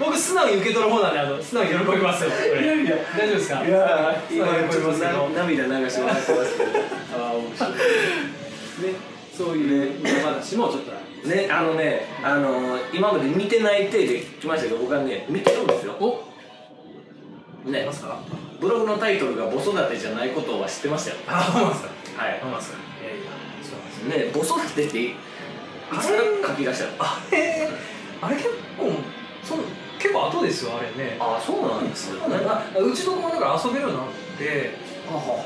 僕素直に受け取る方なんであの素直に喜びますよこれ
いや
大丈夫ですか
いや
素
ー
直に喜びますけど
涙流してもらってますけどああ面白
ねそういう裏話もちょっと
いねあのねあのー、今まで見てない手で来ましたけど僕はね見てるんですよ
お
い
ね
ますか
ブログのタイトルが「ボ育て」じゃないことは知ってましたよ
あそうなんですか
はい
そうなんですかいやいやそうなんですよ
ねボ育てっていつから書き出したの
あれあれ結構そう結構後ですよあれね
ああそうなんですよねは
あうちの子もだから遊べるようになって
ははは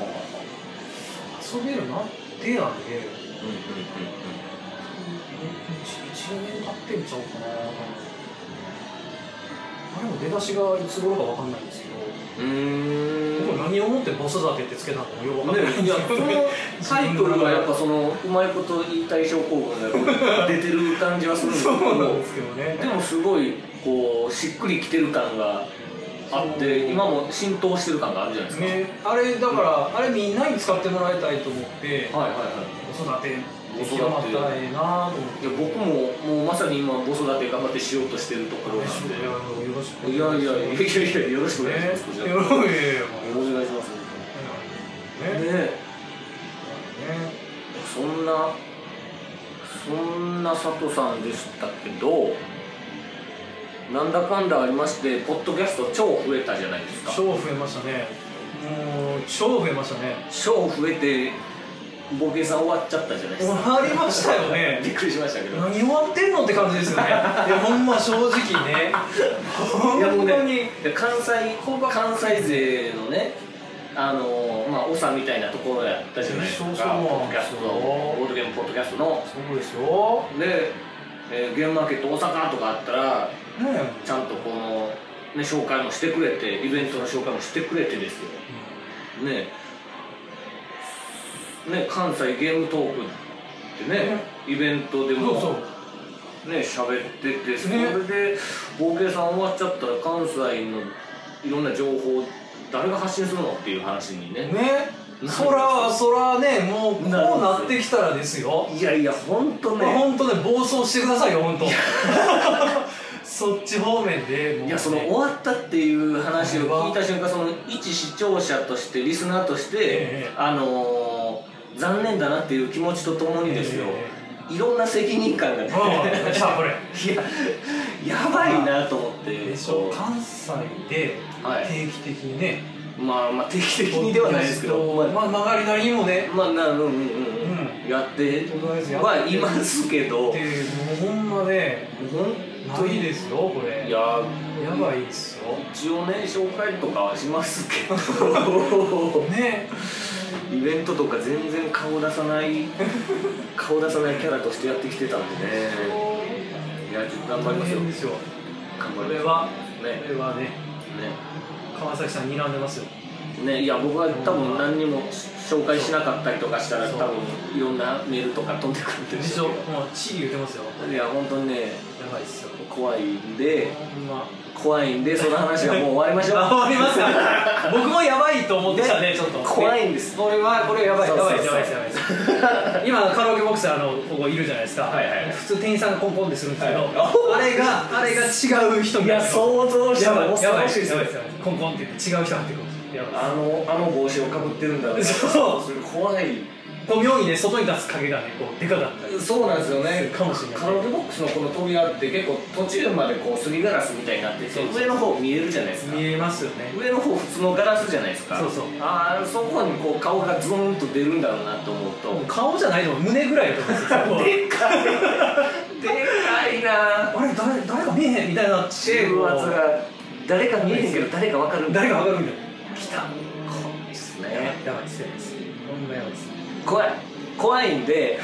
遊べるようになってなんで
うんうんうん
1年経ってんちゃうかなあれも出だしがいつ頃かわかんないんですけど
うんうー
僕
ん
何をもってボス育てってつけたのかもよくわかんない
いやこのタイトルはやっぱそのうまいこと言いたい症候群が出てる感じはするんですけ
そ
ど
うなんですけどね
でもすごいこうしっくりきてる感があっ
そ
て
う
今も浸透してる感があるじゃないですか、
ねあれだからあれみんなに使ってもらいたいと思って
はいはいは
子育て極まったらええなと思って
いいや僕ももうまさに今子育て頑張ってしようとしてるところなんで
よろしく
いやいやいやいやいやよろしくお願いします、こちら
ね
よろし
いやいやいや
くお願いします
ね
ね
ね
えそんなそんな佐藤さんでしたけどなんだかんだありましてポッドキャスト超増えたじゃないですか
超増えましたねもう超増えましたね
超増えてボケさん終わっちゃったじゃないで
終
すか
わりましたよ
びっ
ね
くりしましたけど
何終わってんのって感じですよねいやほんま正直ね
いやも
本
う
当
ね
に
いや関西関西勢のねあのーまあ長みたいなところやったじゃないですか
そ
ポ
うそう
ッドキャストのボードゲームポッドキャストの
そうですよ
で、えーゲームマーケット大阪とかあったら
ね
ちゃんとこの、ね、紹介もしてくれてイベントの紹介もしてくれてですよねね関西ゲームトークってねイベントで
そ
も
うそう
ね喋っててそれ
ね
で冒険さん終わっちゃったら関西のいろんな情報誰が発信するのっていう話にね
ねそらそらねもうこうなってきたらですよ
いやいや本当ね
本当ね暴走してくださいよ本当そっち方面でもうね
いやその終わったっていう話を聞いた瞬間その一視聴者としてリスナーとして、
ええ
あのー残念だなっていう気持ちとともにですよ、
え
いろんな責任感がね、
うんさあこれ
いややばいなと思って、
でしょ関西で
はい
定期的にね、
まあまあ定期的にではないですけど、まあ
まあ曲がりなりにもね
まあなうんうんうん、うん、やって
とりあえずやって
はいますけど
でもうほんまね
本
いいですよこれ
いやー
やばいっすよ
一応ね紹介とかはしますけど
ね
イベントとか全然顔出さ ない顔出さないキャラとしてやってきてたんでねいやちょっと頑張りましょう
大変ですよ
頑
こ
張り
れ
ま
は
しょう
これはね川崎さん睨んでますよ
ねねねいや僕は多分何にも紹介しなかったりとかしたら
そう
多分いろんなメールとか飛んでくるんで
一
し
応
ょう
もう地位言ってますよ
けどいや本当にね
やばいっすよ
怖いんで
ほんま
怖いんでその話はもう終わりましょう
あ終わりますか 僕もやばいと思ってたねちょっと
怖いんです
これはこれやばい
そう
や
そう
ばい
そ
うやばいやばいです 今カラオケボックスあのここいるじゃないですか、
いはいはい
普通店員さんがコンコンってするんですけど、
はい
あれがあれが違う人
い
みた
や
な
想像した
やば
ら
い
もう
やばい
しいです
や
よ
ばいやばいコンコンって言って違う人入ってくるんですよやばい
あのあの帽子をかぶってるんだろ
そう
れ怖い
こう妙にね外に出す影がねこうでかかったり
そうなんですよね
かもしれない
カラオケボックスのこの扉って結構途中までこうすりガラスみたいになってて
そうそう
上の方見えるじゃないですか
見えますよね
上の方普通のガラスじゃないですか
そうそう
ああそこにこう顔がズーンと出るんだろうなと思うと
もう顔じゃないのも胸ぐらいだと思うんですよ
でかいでかいな
あれ誰誰か見えへんみたいになって
シェーブ圧が誰か見えへんけど誰かわかるんだ
誰かわかるみたい
来た怖いっす
なやば
ね
いやばいですやばいですほんまやばいです
怖い怖いんで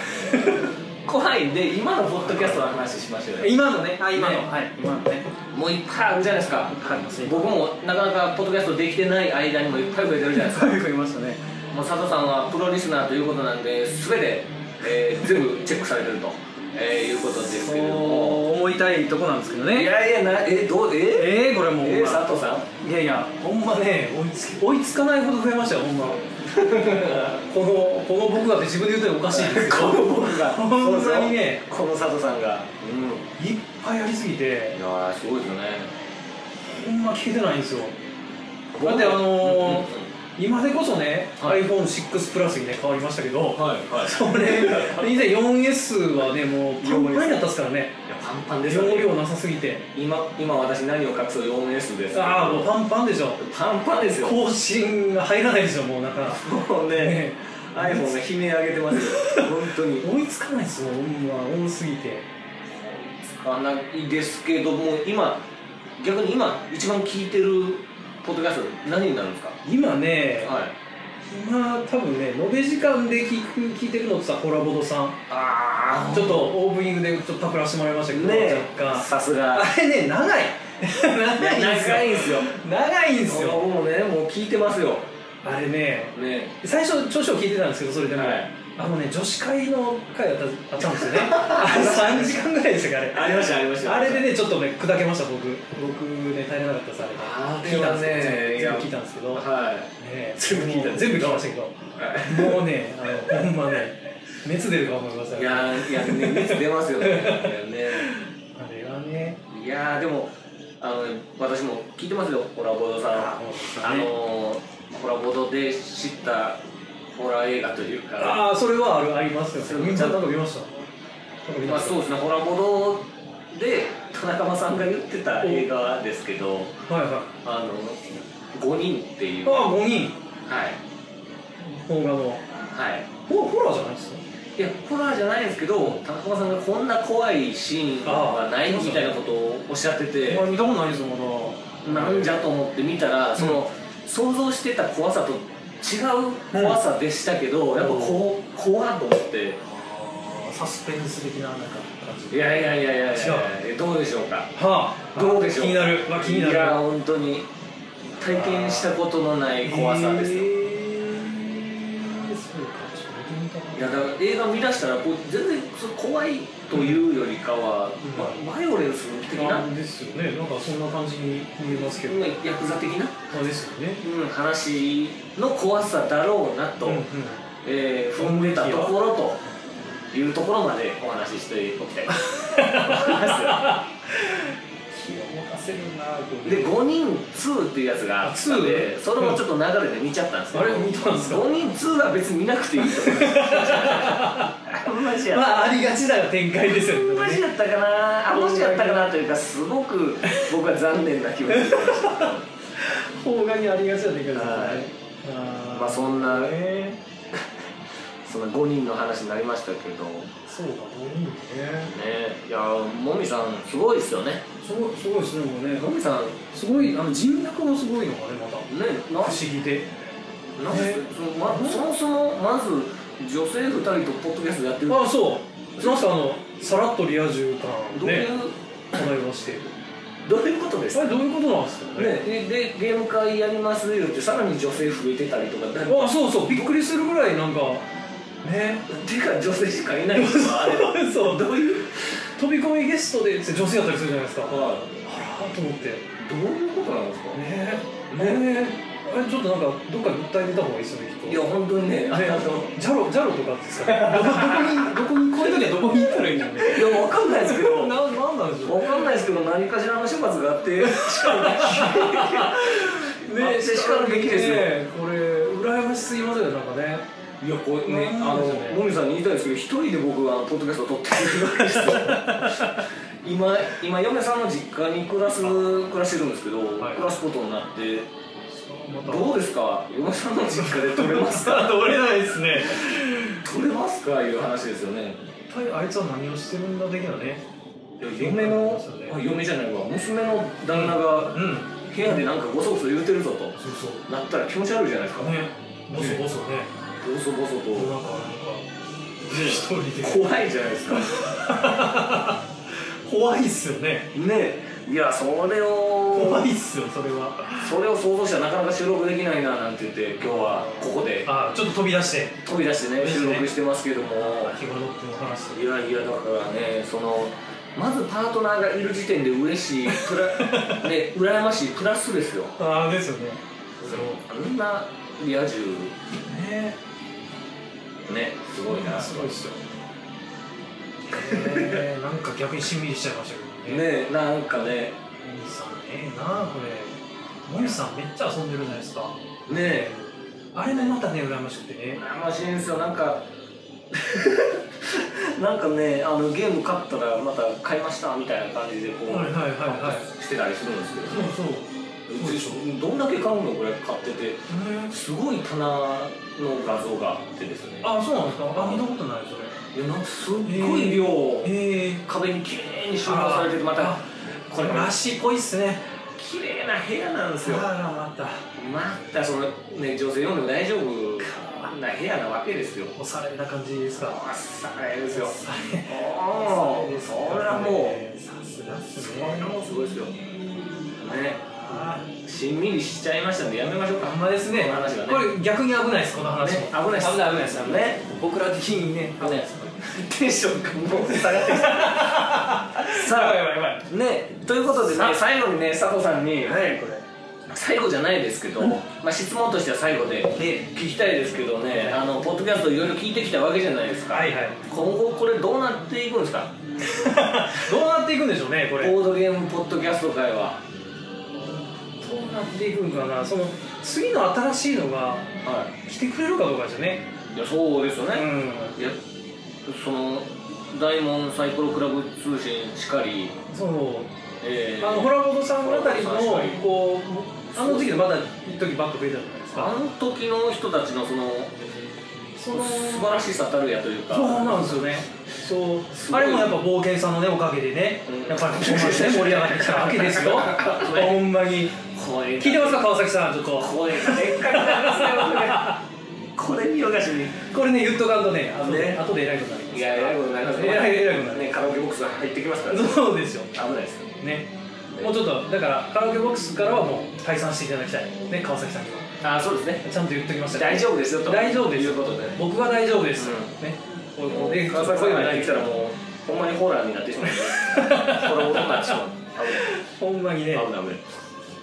怖いんで今のポッドキャストの話しましょうよ
今のねあ今の、
ね
はい今のね
もういっぱいあるじゃないですか
ありますね
僕もなかなかポッドキャストできてない間にもいっぱい増えてるじゃないですか
いっぱいいましたね
もう佐藤さんはプロリスナーということなんで全て、えー全部チェックされてると、えーいうことですけれども
そう思いたいとこなんですけど
い
ね
やいやなえどうえ
えー、これもうほんま、
えー佐藤さん
いやいやほんまね追いつき追いつかないほど増えましたよほん まこのこの僕だって自分で言うとおかしいですけ どほんまにね
この佐藤さんがうん
いっぱいありすぎて
いやーすごいですよね
ほんま聞けてないんですよだってあのー今でこそね、
はい
iPhone6 プラスにね変わりましたけど、
はいはい
それ以前 4S はねもうパンパンになったっすからね
いやパンパンですよね
容量なさすぎて
今今私何を隠そう 4S です
ああもうパンパンでしょ
パンパンですよ
更新が入らないでしょもうなかなか
もうね
ね
iPhone が悲鳴上げてますよ 本当に
追いつかないっすもんほんま多すぎて
使わないですけども今逆に今一番聞いてるポッドキャスト何になるんですか
今ね、
はい
今多分ね延べ時間で聞く聞いてるのってさコラボドさん
あ
ちょっとオープニングでちょっとパクらせてもらいましたけど、
ねえ
若干
さすが
あれね長い長いんですよ
長
長い
いんすよ
んですよ
僕もねもう聞いてますよ
あれね
ね
最初著書を聞いてたんですけどそれでも、
はい
あのね女子会の会あったあったん ですよねあれ3時間ぐらいでしたかあれ
ありましたありました
あれでねちょっとね砕けました僕僕ね耐えれなかったですあれ
あれはね
聞いたんですよ全部全部聞いたんですけどね
はい全部聞いた
もう全部聞きましたけどもうねあのほんまね熱出るか思います
い
あ
やいやね熱出 ますよねね
れはね
いやーでもあの私も聞いてますよホラボードさん
あホ
あ
ラボードさんね
のー、ホラボードで知ったホラー映画というか
ああそれはあるあります
そ
よ
れ
ねみんななんか見ましたなんか見
ま
ま
あ
し
そうですねホラボードで田中さんが言ってた映画ですけど
たはいはい
あの5人っていうはい
ああ5人邦画の
はい
ほホラーじゃないですか
いやホラーじゃないんですけど田中さんがこんな怖いシーンがないみたいなことをおっしゃってて
あれ見たことないですよまだ
なんじゃと思って見たらその、想像してた怖さと違う怖さでしたけど、やっぱこう怖っと思って
あーサスペンス的ななんか感じ
いやいやいやいやいやどうでしょうか
はあ
どうでしょう
気になるわ気にない
や
る
本当に体験したことのない怖さですよ、
えーそうかちょっと見てみたい
いやだから映画見出したらこう全然そう怖いというよりかは、
うん
まバイオレンス的な、
なんですよねなんかそんな感じに見えますけど、
まあヤクザ的な、
あですよね
うん、話の怖さだろうなと、
うんうん
えー踏んでたところというところまでお話ししておきたい
気を持たせるなぁ
で「5人2」っていうやつがあったんで
あ2
それもちょっと流れで見ちゃったんですけど
あれ見たんですか
5人2は別に見なくていいと 思うあんましやった
まあありがちな展開ですよ
あんま
ね
しやったかなあんましやったかなというかす ごく僕は残念な気持ちでした
邦画にありがちな展開ですよね
はい
あー
まあそんな
ね
その5人の話になりましたけどね
そうか、もういいね。
いやもみさんすごいですよね
すごい、すごいですね、もうね。
もみさんね
すごい、あの人脈もすごいのがね、また。
な
不思議で。
なんで
ね
そのま、そもそもまず女性2人とポッドキャストやってる
あ、そう。なんかあの、さらっとリア充感
どうい
ね
う、、
漂わして。
どういうことです
あ
か
れ、どういうことなんですかね。
ね、ででゲーム会やりますよってさらに女性増えてたりとかなんか
あ、そうそう、びっくりするぐらい、なんか。 ね。
ていうか女性しかいないとかあれば
そう
どういう
飛び込みゲストで、女性やったりするじゃないですか。あ
は
らーと思って。
いどういうことなんですか
ねねあれちょっとなんかどっか訴え出た方がいいですよねきっと
いや本当にねあ
ね
の
ジャロジャロとかってさ どこどこにどこにこ
こういう時はどこに行ったらいいんだ ろうね
いやわかんないですけど
れななんなんでしょう
わかんないですけど何かしらの処罰があってしかもねしかも激ですよ
ねこれ羨ましすぎますよねなんかね
いやこれ
ね
ねあ
あの
のもみさんに言いたいですけど一人で僕はポッドキャストを撮ってるわけ ですよ今今嫁さんの実家に暮らす暮らしてるんですけど、
はい
暮らすことになって
また
どうですか嫁さんの実家で撮れ ますか
取れないですね
撮れますかいう話ですよね
一体あいつは何をしてるんだ的なね
嫁のあ嫁じゃないわ娘の旦那が
うん
部屋でなんかごそごそ言うてるぞと
そうそう
なったら気持ち悪いじゃないですか
ねボソボソね
ボソボソと
なんかなんか一人で
怖いじゃないですかね
怖いっすよね
えいやそれを
怖いっすよそれは
それを想像したらなかなか収録できないななんて言って今日はここで
あちょっと飛び出して
飛び出してね
です
収
ね
録してますけども
日頃っていうお話
いやいやだからねそのまずパートナーがいる時点で嬉しい プラね羨ましいプラスですよ
ああですよね
あんなリア充
ね
ねすごいな
すごいっすよえー、なんか逆にしんみりしちゃいましたけどね
ねなんかね
もみさんええなあこれもみさんめっちゃ遊んでるじゃないですか
ね
あれもまたね羨ましくてね
羨ましいんですよなんか なんかねあのゲーム買ったらまた買いましたみたいな感じでこう、
はいはいはいはい
してたりするんですけど、
そうそうそうでしょ
うちどんだけ買うのこれ買ってて
ね
すごい棚の画像があってですね
あそうなんですかあ見たことないそれ
いやなんかすっごい量、
ええ
壁に綺麗に収納されててまたこ
こ
れ
れ
ま
らしいっぽいっすね
綺麗な部屋なんですよ
あらまた
またそのね女性読んでも大丈夫な部屋なわけですよ
おされな感じですか
あっさりですよ
おされ
おおーそれはもう
うさすがっすね
それはもうすごいですよね
あー
しんみりしちゃいましたんでやめましょうか
ほんまです
こ
ね
の話がね
これ逆に危ないですこの話
ね、危ないっす
危ない危ないっす危ない
ね
僕ら的にね
危ないっす テンションがもう下がってきた さあ
やばいやばい
ねということでね最後にね佐藤さんに、
はいこれ
最後じゃないですけど、まあ、質問としては最後で聞きたいですけどねあのポッドキャストいろいろ聞いてきたわけじゃないですか、
はい はい
今後これどうなっていくんですか
どうなっていくんでしょうねこ
ボ
れ
ードゲームポッドキャスト界は
うなっていくんかなその次の新しいのが
は
来てくれるかどうかですよね
いいやそうですよ
う
ね、
ん
いやその大門サイコロクラブ通信しかり、
そう
えー
あのホラボドさんあたりの
ホラボドさんしかり
こうあの時でまだ一時バッと増えたじゃないです
あ
か
の時の人たちのその
その
素晴らしさたるやというか
そうなんですよねそうあれもやっぱ冒険さんのねおかげでね、
うん
やっぱりここまでね盛り上がってきたわけです よほんまに
声が
聞いてますか川崎さんちょっと
声がでっかくなるんですよこれこれ見よがしに
これね言っとかんとねあと
ね
ね後で偉いことになります
いや偉いことになりますね
偉い偉いことになります
ねカラオケボックスが入ってきます からね
そうですよ
危ないですよ
ねもうちょっとだからカラオケボックスからはもう退散していただきたいね川崎さんには
あそうですね
ちゃんと言っときました
大丈夫ですよと
大丈夫です
いうことでね
僕は大丈夫です、
うん
ねこうこ
も
う
う
で
川崎さんが入ってきたらもうほんまにホラーになってしまうからホラーになってしまう
ほんまに
危
ね
ない危ない危ない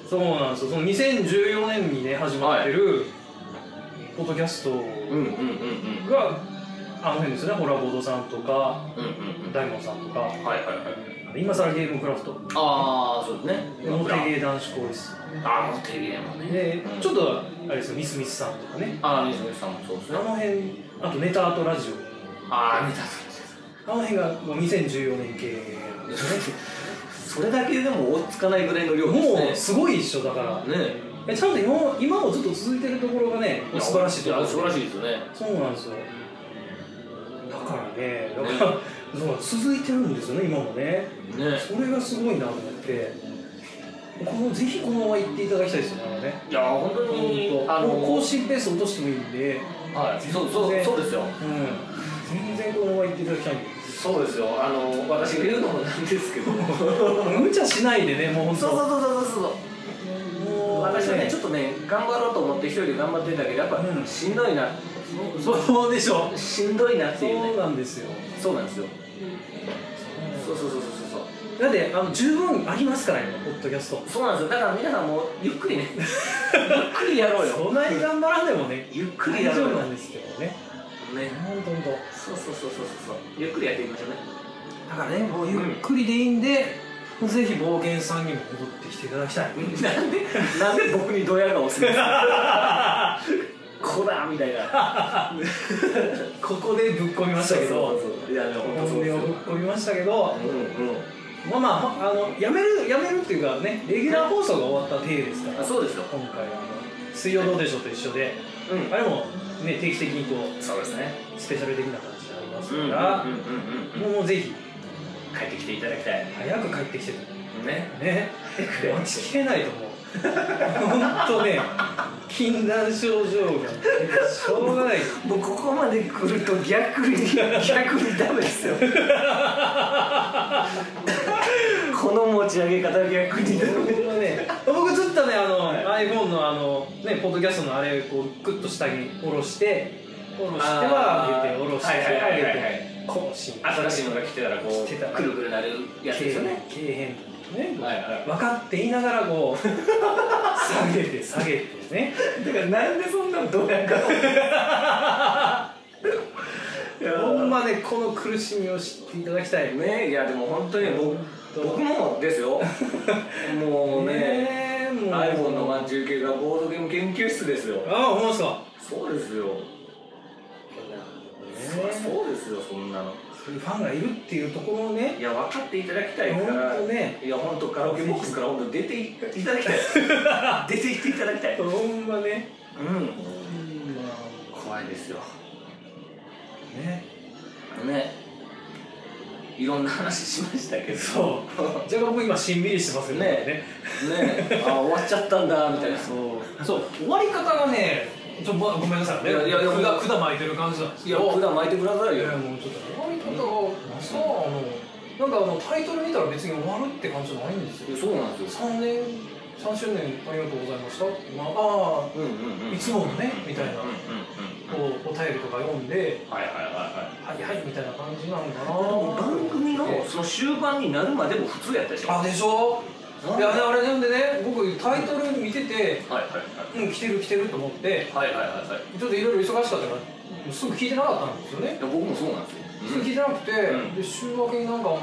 そうなんですよその2014年にね始まってる、ポッドキャスト
うんうんうんうん
があの辺ですねホラボードさんとか
うんうん
大門さんとか
うんはいはいはい
今更ゲームクラフト
ああそうですね
モテゲー男子校です
ああモテゲーもね
で
うん
ちょっとあれですよミスミスさんとかね
ああ水口さんもそうです
あ
ね
の辺あとネタアートラジオ
ああ見た
あの辺がもう2014年系なんですね
それだけでも追っつかないぐらいの量
もう
で
す
す
ごい一緒だから
ねね
えちゃんと今今もずっと続いてるところがね素晴らしいとこ
や
ろで
素晴らしいですよね
そうなんですよだからねだから、そう続いてるんですよね今もね
ね
それがすごいなと思ってこのぜひこのまま行っていただきたいですよねあのね
いや本当に
本当
あの
もう更新ペース落としてもいいんで、
はいそうそう
ね
そうですよ
うん、全然このまま行っていただきたいんで
そうですよあの私が言うのもなんですけど そう
無茶しないでねもう本当
そうそうそうそう
もう
私はねちょっとね頑張ろうと思って一人で頑張ってんだけどやっぱ、
うん
しんどいな
そうでしょ
しんどいなっていう
そう
ね
なんですよ
そうなんですよそうそうそうそうそう
だってあの十分ありますからねポッドキャスト
そうなんですよだから皆さんもゆっくり ねゆっくりやろうよ
そんなに頑張らんでもね
ゆっくり
大
や
丈
ろう
夫
よ
なんですけどね
ね
本当本当
そうそうそうそうそうゆっくりやっていきましょうね
だからねもうゆっくりでいいんで、ぜひ冒険さんにも戻ってきていただきたい、
なんでなんで僕にドヤ顔するん ですかこらみたいな
ここでぶっ込みましたけど
そうそうそういやでも本当そう
本音
ですよ
をぶっ込みましたけど、
うんうん
まあまあほあのやめるやめるっていうかねレギュラー放送が終わった体ですから
あそうですよ
今回はあの水曜どうでしょうと一緒で、
うん
あれもね定期的にこ
そうですね
うスペシャル的な感じであります
う
か
んうんうんうん
ら、
うん
もうぜひ
帰ってきていただきたい
早く帰ってきてる
ね
ね待ちきれないと思う本当ね禁断症状がしょうがない
もうここまで来ると逆に 逆にダメ ですよこの持ち上げ方逆にダメ
僕はね僕ずっとねあの、iPhone のあのねポッドキャストのあれをこうグッと下に下ろして下ろしては
あー
上げて下ろして
はいはい
は
は
上
いは
げ
い
て更新
新しいのが来てたらこ
来てた
う
ら
くるくるなるやつですよね
経営経営ね
はいはい
分かっていながらこう下げて下げてね
だからなんでそんなドヤ顔
ほんまねこの苦しみを知っていただきたい
ねいやでも本当に僕僕もです よもうね
ねえもう
iPhone のまんじゅう系がボードゲーム研究室ですよ
ああほんまっすか
そうですよそりゃそうですよそんなの
そういうファンがいるっていうところをね
いや分かっていただきたいから
ほんとね
いや本当カラオケボックスから本当出ていい ただきたい出ていっていただきたいうん
ほんまね
怖いですよ
ね
ねいろんな話しましたけど
そうじゃが僕今しんみりしてますよね
ねねあ終わっちゃったんだみたいな
そうそう終わり方がねちょっとごめんなさいね
いやいやいや
管管巻いてる感じなんです
い
け
や
ど
普段巻いてください
い
よ
やもうちょっと終わり方がさああのなんかあのタイトル見たら別に終わるって感じじゃないんですよ
そうなんですよ
3年3周年ありがとうございましたまあ
うんうん
あいつものねみたいな
うんうんうん
こうお便りとか読んで
はいはいはいはい
はいはいみたいな感じなのかな
番組のその終盤になるまでも普通やったでしょ
あでしょ
なん
いやねあれなんでね僕タイトル見てて
はいは
う
い
ん来てる来てると思って
はいはいはいはいはい
ちょっといろいろ忙しかったからもうすぐ聞いてなかったんですよね
いや僕もそうなんですよ
すぐ聞いてなくて、
うん
で週明けになんかも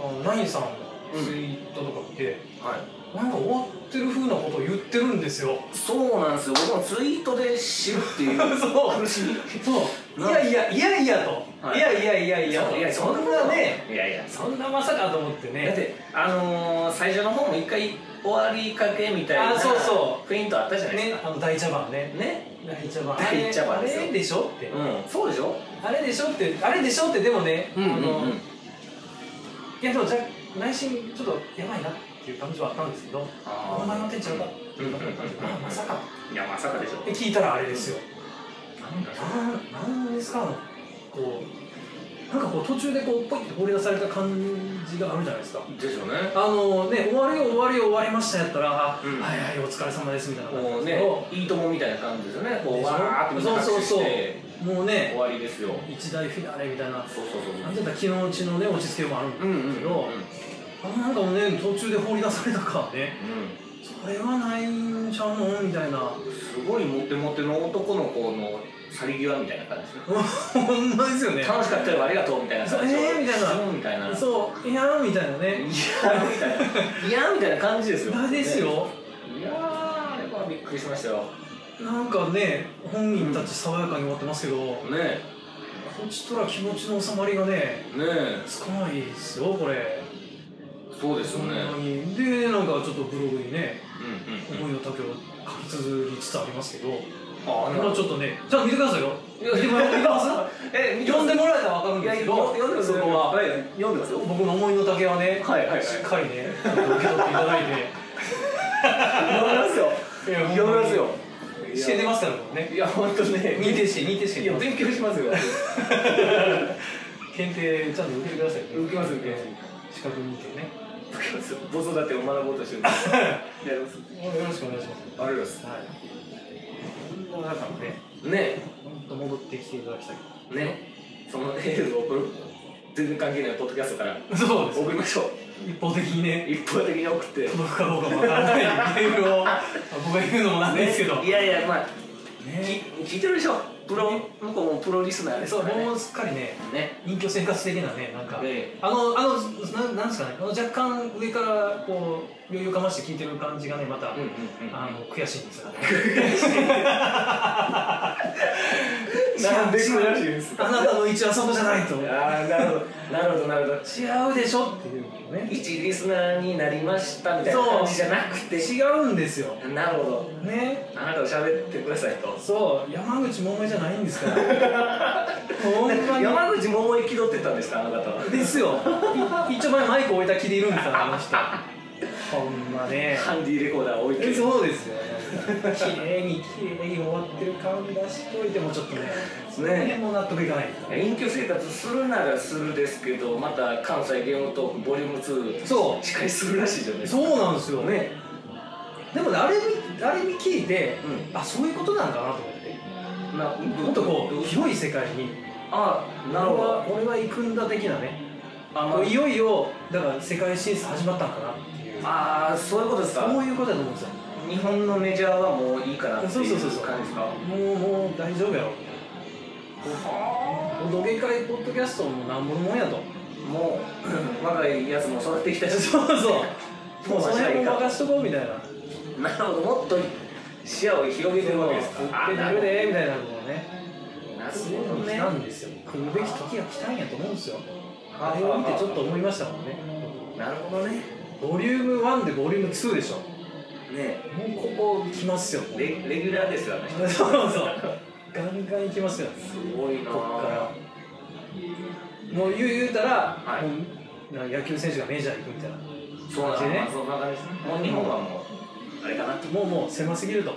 うあのナインさんのツイートとか見て、
はい
なんか終わってる風なことを言ってるんですよ
そうなんですよ僕もツイートで知るっていう
そう
苦しみ
そうい
な
やいやいやいやと、
はい
い、やいやいやいやと
いや
そ
そ
ん
ん
な
な
ね
ねいやいや
そんなまさかと思ってね
だってあのー、最初の方も一回終わりかけみたいな
あそうそう
フェイントあったじゃないです
ねあの大茶番ね
かね
大茶番あれ
大茶番ですよ
あれでしょって、
うんそうでしょ
あれでしょってあれでしょってでもね、
うんうんうん
あのいやでもじゃ内心ちょっとやばいなっていう感じはあったんですけど
あー
お前の店長がっていう感じ
うんうんうんうん
まさか
いやまさかでしょ
で聞いたらあれですよ、
なんだ
なんなんですかあのこうなんかこう途中でこうポイって放り出された感じがあるじゃないですか
でしょうね
あのね終わるよ終わるよ終わりましたやったら、
うん
はいはいお疲れ様ですみたいな感じ
も
なん
う
ですけ
ね
ど、
いいともみたいな感じですよねこ
で
う
しょ
わーってみんな拍手して
そうそうそうもうね
終わりですよ
一大フィナーレみたいな
そうそうそう
なんだったら昨日うちのね落ち着けもあるん
うんうん
ですけど、
うん
あなんかもうね途中で放り出されたからねそれはないんちゃうのみたいな
すごいモテモテの男の子の去り際みたいな感じですね
ほんまですよね
楽しかったよありがとうみたいな
そうえーみたいな
そうみたいないや
そういやーみたいなね
ーみたいないやーみたいな感じですよ
だですよ
いやーあれはびっくりしましたよね
なんかね本人たち爽やかに終わってますけど、こっちとら気持ちの収まりがね
えねえ
つかないですよこれ
そうですよね
ほんまにでなんかちょっとブログにね
うんうん
思いの丈を書き続けつつありますけどあれはちょっとねじゃあ見てくださいよ見てもら見てます
え見てます
読んでもら えたらわかるん
い
で
や
すけ
読
ど
んでます
そ
よ
こは
はい読んでますよ
僕の思いの丈はね、
はいはいはい
しっかりね、受け取っていただいて、
読めますよ
いやほんまに
読めますよ
して出ますからもうね、
いや本当ね
認定して、認定して、
いや勉強し ますよ
検定ちゃんと受けてくださいね、
受けます受けます
す、資格認定ね、
ボソだってを学ぼうとしてるんですやります
よろしくお願いしま
ありがとうございます
す。はい、そんな中ね、
ね
本当戻ってきていただきたい。
ねそのエールを送る全然関係ないポッドキャストから
そうです。
送りましょう
一方的にね、
一方的に送って
届くかどうかもわからないメールを、僕が言うのもなんですけど、
いやいやまあ
ね、
き聞いてるでしょプロ向こうもプロリスナーです
そう、
からね
もうすっかりね、
ね
隠居生活的なねなんか、
ええ
あのあのななんですかねあの若干上からこう余裕かまして聞いてる感じがねまた、
うんうんうん
あの悔しいんですよね
なんで悔しいんですか
あなたの位置はそこじゃないと違
ああなるほどなるほどなるほど
うでしょっていうのね
一リスナーになりましたみたいな感じじゃなくて
違うんですよ
なるほど
ね
あなたを喋ってくださいと
そう山口百恵じゃないんです からほんまに
山口百恵気取ってたんですかあなたは
ですよい一応前マイク置いた気でいるんですからあの 人ほんまね
ハンディレコーダーを置いて
えそうですよ綺麗に綺麗に終わってる感出しといてもちょっとねそれでも納得いかない
隠居生活するならするですけどまた関西ゲームトークボリューム2
そ
司会するらしいじゃないですか
そうなんですよね
ね
でもねあれ見あれ見聞いて、あそういうことなんかなと思って
な
もっとこ
ど
う広い世界に
あなるほ
俺
ど
は俺は行くんだ的なね
あ
こういよいよだから世界進出始まったんかなっていう
まあーそういうことですか
そういうことだと思うんですよ
日本のメジャーはもういいかなっていう
そうそうそうそう
感じですか
もうもう大丈夫やろみたいなお土下会ポッドキャストもなんぼのもんやと
もう 若いやつも育ってきたし
そうそう
も
も
う
うその
その辺
辺も
も任
任しとこうみたいな
なるほどもっと視野を広げてるわけですか
食ってなるでみたいなのをね
なる
そういうの
ほど
も来
ね
たんですよ来るべき時が来たんやと思うんですよあれを見てちょっと思いましたもんね
なるほどねね
ボリューム1でボリューム2でしょもうここ来ますよ
レレギュラーですよね
そうそうガンガン行きますよ
すごいな
こっから
ぁ
もう言う言うたら、
はい
もうな野球選手がメジャー行くみたいな
そうなんです
ね
ねそんな感じですねもう日本はもうあれかな
もうもう狭すぎると
う
あ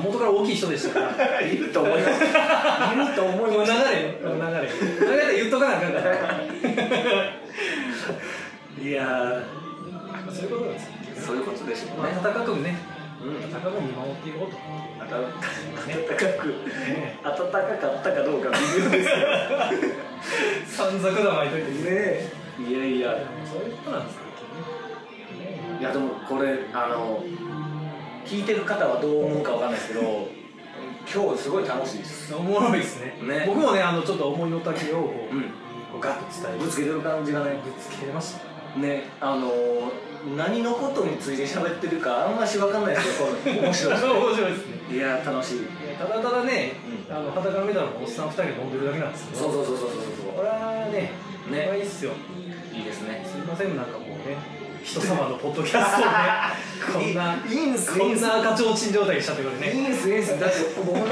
元から大きい人でしたから
んいると思いますいると思い
この
ま
流れ
す
よこの流れ流れで言っとかなあかんから
いや
そういうことなんですよ
ーそういうことでしょう
まあ、
ね
戦うとね
うん
戦うを見守っていこうと
あた暖かく暖かかったかどうか微妙ですよ
散策玉いといて
ねえいやいや
そういうことなんですよ
いやでもこれあの聞いてる方はどう思うかわかんないですけど今日すごい楽しいです
おもろいですね
ね
僕もねあのちょっと思いの丈をこう、
ん
こうガッと伝えて
ぶつけてる感じがね
ぶつけれましたね
ねあの何のことについて喋ってるかあんましわかんないですよこの面白い
面白いですね
いやー楽しい
いやただただね、
う
あの裸のメダルのおっさん2人が飲んでるだけなんですけど
そうそうそうそう
これはねこ
ね
れはいいっすよ
そういいですね
すいませんなんかもうね人様のポッドキャストをねこんない
いいんす
こんな赤ちょうちん状態にしちゃってくれ
い
ね
いですいいですだって僕の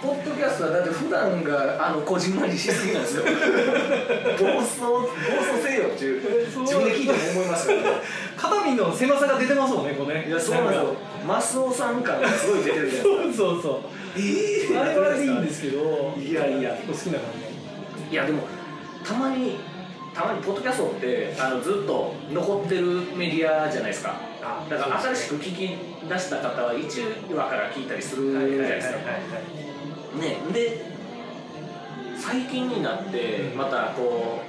ポッドキャストはだって普段があのこじんまりしすぎなんですよ 暴走暴走せよっていう
そう
自分で聞いても思いますけど
肩身の狭さが出てますもんねこうね
いやそうなんですよ
か
マスオさん感がすごい出てるじ ゃない
そうそうそう
ですか
あれはいいんですすけど
いやいや
結構好きな感じ
いやでもたまにたまにポッドキャストってあのずっと残ってるメディアじゃないですか
あ
だから新しく聞き出した方は1話から聞いたりするじゃないですかねで最近になってまたこ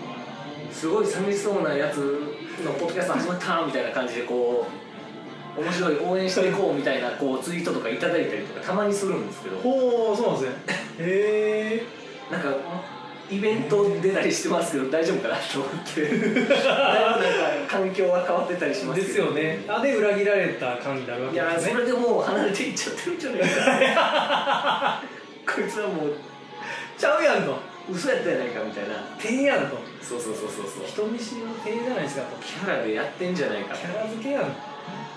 うすごい寂しそうなやつのポッドキャスト始まったみたいな感じでこう面白い応援していこうみたいなこうツイートとかいただいたりとかたまにするんですけど
ほうそうなんですねへ
なんかイベント出たりしてますけど大丈夫かなと思ってだいぶなんか環境は変わってたりし
え
ますけど
ですよねあで裏切られた感になるわ
い
け
や
で
ー
すね
それでもう離れていっちゃってるんじゃないかなこいつはもう
ちゃうやんと
嘘やったやないかみたいな
点やんと
そうそうそうそうそう
人見知りの点じゃないですかと
キャラでやってんじゃないか
キャラ付けやん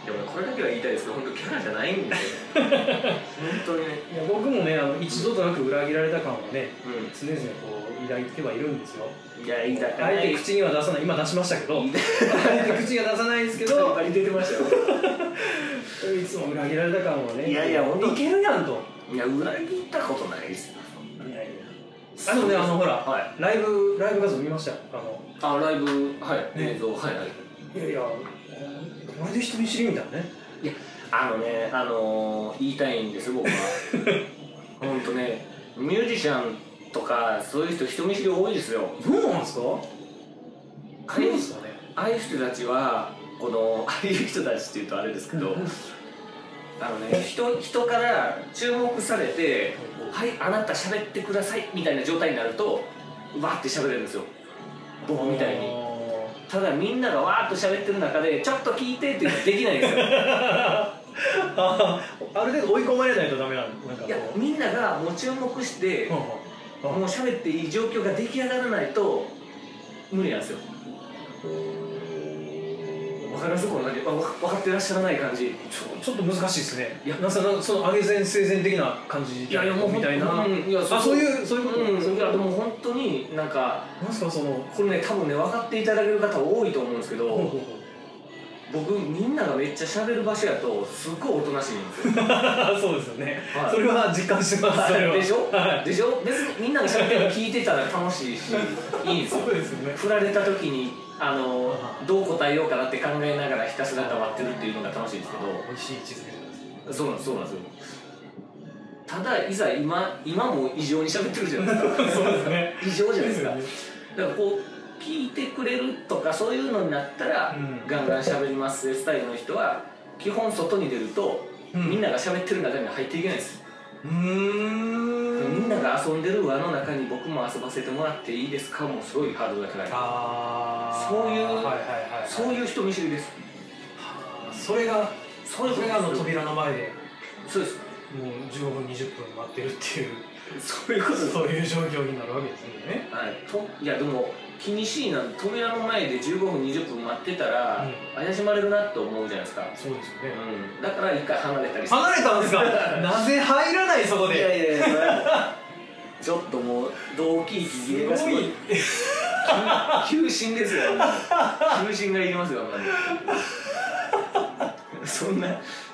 でもねこれだけは言いたいですけど本当キャラじゃないんで本当にね
いや僕もねあの一度となく裏切られた感はね
う
常々こう抱いてはいるんですよ
んいや言いたく
あ
な
えて
い
口には出さない今出しましたけ どあえて口には出さないですけど
バリ出てましたよ
いつも裏切られた感はね
いやいや本当
いけるやんと
いや裏切ったことないですよ
あでもねあのほら、
は
ライブライブ画像見ましたよあの
あライブはい
ね
映像はいはい
いやいやこれで人見知りみたいなね
いやあのねあのー言いたいんですよ僕は本当ねミュージシャンとかそういう人人見知り多いですよ
そうなんですか
あれ
かね
ああいう人たちはこのああいう人たちっていうとあれですけどあのね人人から注目されて「はいあなた喋ってください」みたいな状態になるとわーって喋れるんですよ僕みたいにただみんながわーっと喋ってる中で「ちょっと聞いて」っていうのはできないんですよ
あー ある程度追い込まれないとダメなのなんかこう
いやみんながもう注目して
うん
も
うん
う喋っていい状況が出来上がらないと無理なんですよわかりますこの感じあわ分かってらっしゃらない感じ
ちょっと難しいですね
いや
なんかそのその上げ線生前的な感じ
いやいやもうほん
みたいな、
うんいやそう
あそういうそういうこと、
うん、
そう
い
いう
や
こ
でも本当になんか
となんですかそ の
これね多分ね分かっていただける方多いと思うんですけど、
ほうほうほう
僕みんながめっちゃ喋る場所やとすっごいおとなしいんですよ
そうですよね、
はい
それは実感して ますそれは
でしょ、
はい
でしょ別にみんなが喋ってるの聞いてたら楽しいしいい んですよ
そうですよね
振られた時にあのどう答えようかなって考えながらひたすら黙ってるっていうのが楽しいんですけど
美味しいチーズケーキです
そうなんですそうなんですよただいざ今今も異常に喋ってるじゃないですか
そうですね
異常じゃないですかだからこう聞いてくれるとかそういうのになったら、
うん
ガンガン喋りますねスタイルの人は基本外に出ると、
うん
みんなが喋ってる中には入っていけないです、
うーん
みんなが遊んでる輪の中に僕も遊ばせてもらっていいですかもうすごいハードルが高い
あー
そういう
はいはいはいはい
そういう人見知りです
それが
そ
それがあの
です
扉の前で
そうです
もう15分20分待ってるっていう
そういうことです
そういう状況になるわけですよね
はい、といやでも気にしいな扉の前で15分20分待ってたら、
うん
怪しまれるなって思うじゃないですか、
そうですよね
うん、だから一回離れたり
離れたんです かなぜ入らないそこ
いや
で
いやいやそれはちょっともう動機息切れがすごい急進ですよあんなの急進がいりますよあんなのそんな